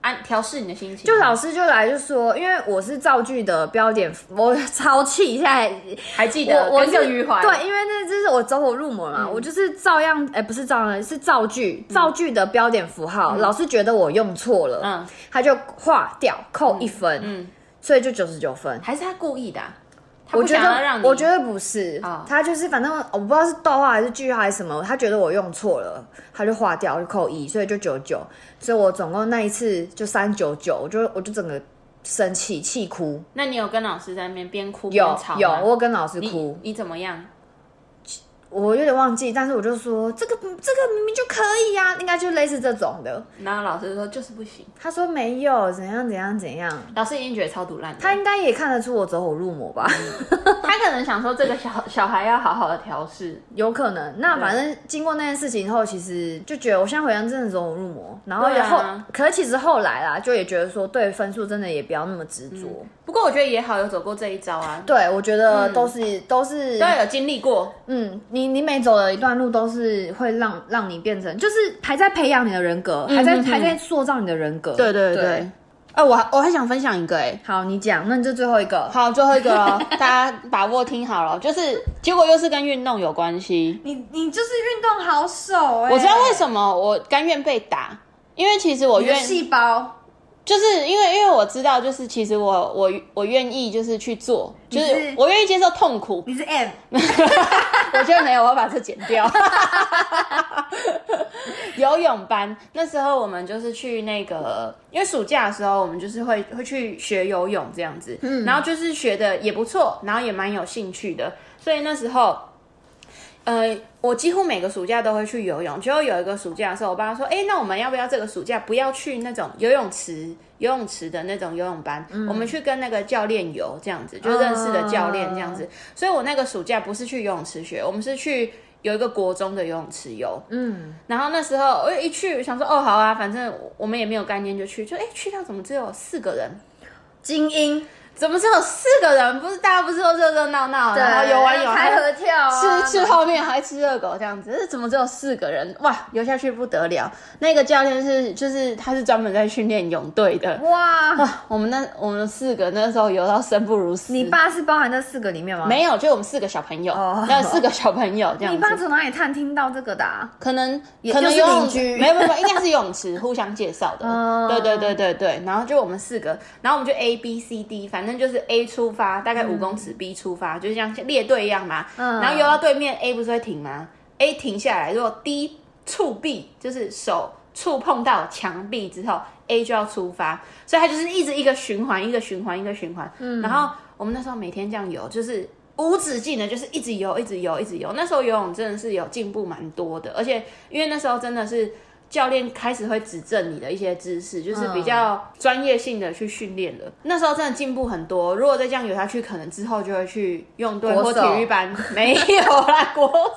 Speaker 1: 安调试你的心情，
Speaker 2: 就老师就来就说，因为我是造句的标点 符，我超气，现在
Speaker 1: 还记得
Speaker 2: 我我
Speaker 1: 耿耿
Speaker 2: 是
Speaker 1: 于怀，
Speaker 2: 对，因为那就是我走火入魔嘛，我就是照样，哎、不是照样，是造句，造句的标点符号，老师觉得我用错了，
Speaker 1: 嗯
Speaker 2: 他就划掉，扣一分，
Speaker 1: 嗯，
Speaker 2: 所以就九十九分。
Speaker 1: 还是他故意的啊、他
Speaker 2: 我
Speaker 1: 不
Speaker 2: 觉
Speaker 1: 想要让
Speaker 2: 得，
Speaker 1: 你，
Speaker 2: 我觉得不是，
Speaker 1: 哦
Speaker 2: 他就是反正我不知道是逗号还是句号还是什么，他觉得我用错了，他就划掉，就扣一，所以就九九，所以我总共那一次就三九九，我就我就整个生气气哭，
Speaker 1: 那你有跟老师在那边边哭边
Speaker 2: 有
Speaker 1: 吵吗
Speaker 2: 有，我有跟老师
Speaker 1: 你
Speaker 2: 哭，
Speaker 1: 你怎么样？
Speaker 2: 我有点忘记，但是我就说这个不这个明明就可以呀、应该就类似这种的。
Speaker 1: 然后老师说就是不行，
Speaker 2: 他说没有，怎样怎样怎样，
Speaker 1: 老师已经觉得超毒烂的。
Speaker 2: 他应该也看得出我走火入魔吧？
Speaker 1: 他可能想说这个小小孩要好好的调试，
Speaker 2: 有可能。那反正经过那件事情后，其实就觉得我现在回想真的走火入魔，然后
Speaker 1: 对
Speaker 2: 也
Speaker 1: 啊
Speaker 2: 后，可是其实后来啦，就也觉得说对分数真的也不要那么执着。
Speaker 1: 不过我觉得也好，有走过这一招啊，
Speaker 2: 对，我觉得都是、
Speaker 1: 嗯
Speaker 2: 都是
Speaker 1: 都有经历过。
Speaker 2: 嗯，你你每走的一段路都是会让让你变成，就是还在培养你的人格，还在
Speaker 1: 嗯嗯
Speaker 2: 还在塑造你的人格。
Speaker 1: 对对对，哎、我还我还想分享一个哎、
Speaker 2: 好，你讲，那你就最后一个。
Speaker 1: 好，最后一个 了，大家把握听好了，就是结果又是跟运动有关系。
Speaker 2: 你你就是运动好手哎、
Speaker 1: 我知道为
Speaker 2: 么
Speaker 1: 什么我甘愿被打，因为其实我
Speaker 2: 你的
Speaker 1: 愿，
Speaker 2: 细胞，
Speaker 1: 就是因为因为我知道，就是其实我我我愿意就是去做，就
Speaker 2: 你
Speaker 1: 是
Speaker 2: 是
Speaker 1: 我愿意接受痛苦。
Speaker 2: 你是 M，
Speaker 1: 我觉得没有，我要把这剪掉。 游泳班那时候我们就是去那个，因为暑假的时候我们就是会会去学游泳这样子，然后就是学的也不错，然后也蛮有兴趣的，所以那时候。呃，我几乎每个暑假都会去游泳。结果有一个暑假的时候，我爸说：“哎、那我们要不要这个暑假不要去那种游泳池、游泳池的那种游泳班？我们去跟那个教练游，这样子就认识的教练这样子。所以我那个暑假不是去游泳池学，我们是去有一个国中的游泳池游。
Speaker 2: 嗯，
Speaker 1: 然后那时候我一去想说：哦，好啊，反正我们也没有概念就去，就哎、去到怎么只有四个人？
Speaker 2: 精英，
Speaker 1: 怎么只有四个人？不是大家不是都热热闹闹，然后游完泳
Speaker 2: 开
Speaker 1: 还
Speaker 2: 合跳、啊，
Speaker 1: 吃吃后面还吃热狗这样子，这怎么只有四个人？哇，游下去不得了！那个教练是就是他是专门在训练泳队的。
Speaker 2: 哇，
Speaker 1: 哇，我们那我们四个那时候游到生不如死。
Speaker 2: 你爸是包含在四个里面吗？，
Speaker 1: 嗯没有，就我们四个小朋友，
Speaker 2: 哦
Speaker 1: 那、四个小朋友这样
Speaker 2: 你
Speaker 1: 子。
Speaker 2: 爸从哪里探听到这个的、啊？
Speaker 1: 可能
Speaker 2: 也
Speaker 1: 可能
Speaker 2: 就是
Speaker 1: 游泳
Speaker 2: 邻居
Speaker 1: 没有没有，没有应该是游泳池 互相介绍的。
Speaker 2: 嗯
Speaker 1: 对对对对对，然后就我们四个，然后我们就 A B C D，反正就是 A 出发，大概五公尺，B 出发，就是像列队一样嘛。
Speaker 2: 嗯
Speaker 1: 然后游到对面 A 不是会停吗？A 停下来，如果 D 触壁，就是手触碰到墙壁之后，A 就要出发，所以它就是一直一个循环，一个循环，一个循环。然后我们那时候每天这样游，就是无止境的，就是一直游，一直游，一直游。那时候游泳真的是有进步蛮多的，而且因为那时候真的是教练开始会指正你的一些知识，就是比
Speaker 2: 嗯
Speaker 1: 较专业性的去训练了。那时候真的进步很多。如果再这样游下去，可能之后就会去用队
Speaker 2: 国
Speaker 1: 或
Speaker 2: 手
Speaker 1: 体育班，没有啦，国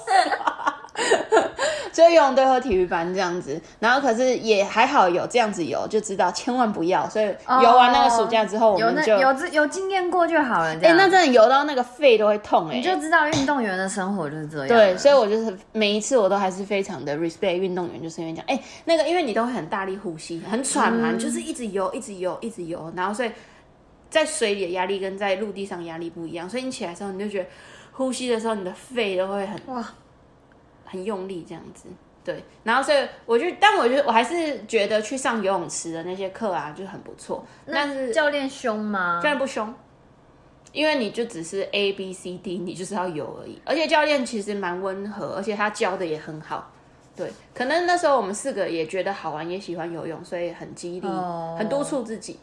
Speaker 1: 就游泳队和体育班这样子，然后可是也还好有这样子游，就知道千万不要。所以游完那个暑假之哦后，我
Speaker 2: 有
Speaker 1: 们
Speaker 2: 那
Speaker 1: 就
Speaker 2: 哦有这有经验过就好了，这
Speaker 1: 哎、
Speaker 2: 样。
Speaker 1: 那真的游到那个肺都会痛哎、
Speaker 2: 你就知道运动员的生活就是这样。
Speaker 1: 对，所以我就是每一次我都还是非常的 respect 运动员，就是因为讲，哎、那个因为你都会很大力呼吸，很喘嘛，
Speaker 2: 嗯
Speaker 1: 你就是一直游，一直游，一直游，然后所以在水里的压力跟在陆地上压力不一样，所以你起来的时候你就觉得呼吸的时候你的肺都会很
Speaker 2: 哇，
Speaker 1: 很用力这样子。对，然后所以我就，但我就我还是觉得去上游泳池的那些课啊，就很不错。但是
Speaker 2: 教练凶吗
Speaker 1: 教？练不凶，因为你就只是 A B C D，你就是要游而已。而且教练其实蛮温和，而且他教的也很好。对，可能那时候我们四个也觉得好玩，也喜欢游泳，所以很激励，
Speaker 2: 哦
Speaker 1: 很督促自己，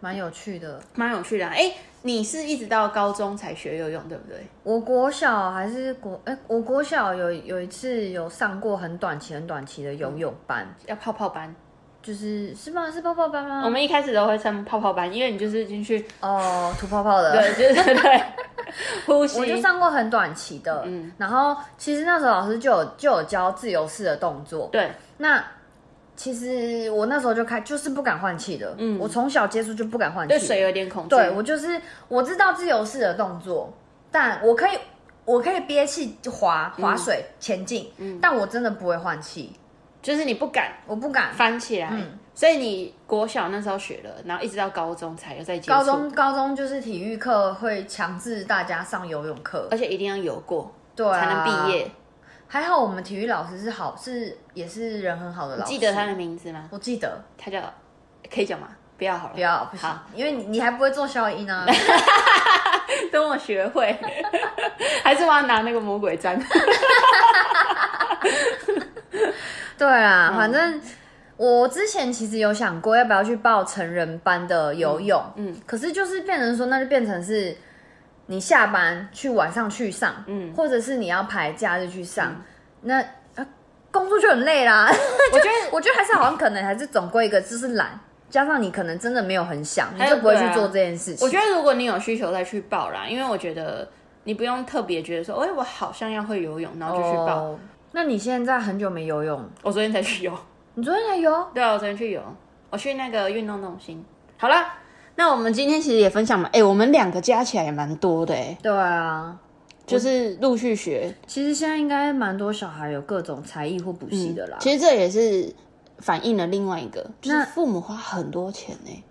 Speaker 2: 蛮有趣的。
Speaker 1: 蛮有趣的啊、哎、你是一直到高中才学游泳，对不对？
Speaker 2: 我国小还是国哎、我国小有有一次有上过很短期、很短期的游泳班，
Speaker 1: 要泡泡班，
Speaker 2: 就是是吗？是泡泡班吗？
Speaker 1: 我们一开始都会称泡泡班，因为你就是进去，
Speaker 2: 哦，吐泡泡的。
Speaker 1: 对，就是对， 呼吸，
Speaker 2: 我就上过很短期的，
Speaker 1: 嗯
Speaker 2: 然后其实那时候老师就有就有教自由式的动作，
Speaker 1: 对，
Speaker 2: 那其实我那时候就开就是不敢换气的，我从小接触就不敢换
Speaker 1: 嗯
Speaker 2: 气，
Speaker 1: 对水有点恐惧，
Speaker 2: 对我就是我知道自由式的动作，但我可以我可以憋气划
Speaker 1: 嗯
Speaker 2: 划水前进，但我真的不会换气，
Speaker 1: 就是你不敢
Speaker 2: 我不敢。
Speaker 1: 翻起来。所以你国小那时候学了，然后一直到高中才有在接触，
Speaker 2: 高中高中就是体育课会强制大家上游泳课，
Speaker 1: 而且一定要游过，
Speaker 2: 对、啊，
Speaker 1: 呃才能毕。业。
Speaker 2: 还好我们体育老师是好是也是人很好的老师，
Speaker 1: 记得他的名字吗？
Speaker 2: 我记得，
Speaker 1: 他叫，可以讲吗？不要好了，
Speaker 2: 不要不行
Speaker 1: 好，，
Speaker 2: 因为你你还不会做消音啊 呢、
Speaker 1: 等我学会， 还是我要拿那个魔鬼 毡。
Speaker 2: 对啊，
Speaker 1: 嗯
Speaker 2: 反正我之前其实有想过要
Speaker 1: 嗯
Speaker 2: 不要去报成人班的游泳，嗯，可是就是变成说，那就变成是你下班去晚上去上，嗯，或者是你要排假日去上，那、啊工作就很累啦。
Speaker 1: 嗯 我觉得
Speaker 2: 我觉得还是好像可能还是总归一个就是懒，加上你可能真的没有很想，你
Speaker 1: 还有
Speaker 2: 就不会去
Speaker 1: 对啊
Speaker 2: 做这件事情。
Speaker 1: 我觉得如果你有需求再去报啦，因为我觉得你不用特别觉得说，哎、我好像要会游泳，然后就去报。
Speaker 2: 哦，那你现在很久没游泳，
Speaker 1: 我昨天才 去游，
Speaker 2: 你昨天才游？
Speaker 1: 对啊，我昨天去游，我去那个运动中心。好了，那我们今天其实也分享嘛，哎、我们两个加起来也蛮多的、哎，
Speaker 2: 对啊，
Speaker 1: 就是陆续学，
Speaker 2: 其实现在应该蛮多小孩有各种才艺或补习的啦。
Speaker 1: 嗯其实这也是反映了另外一个，就是
Speaker 2: 那
Speaker 1: 父母花很多钱呢、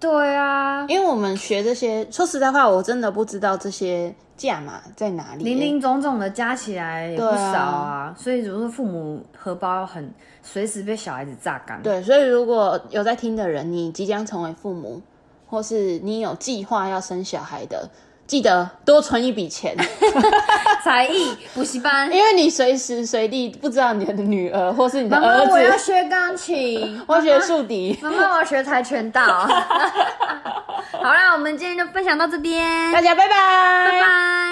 Speaker 2: 对啊，
Speaker 1: 因为我们学这些，说实在话，我真的不知道这些价码在哪里、欸
Speaker 2: 零零总总的加起来也不
Speaker 1: 对啊
Speaker 2: 少啊，所以如果父母荷包很随时被小孩子榨干。
Speaker 1: 对，所以如果有在听的人，你即将成为父母，或是你有计划要生小孩的，记得多存一笔 钱，
Speaker 2: 才艺补习 班，
Speaker 1: 因为你随时随地不知道你的女儿或是你的
Speaker 2: 妈妈
Speaker 1: 儿
Speaker 2: 我要
Speaker 1: 子，
Speaker 2: 学钢琴，
Speaker 1: 或学竖笛。
Speaker 2: 妈妈我要学跆拳道。 好啦，我们今天就分享到这边，
Speaker 1: 大家拜拜，拜
Speaker 2: 拜拜。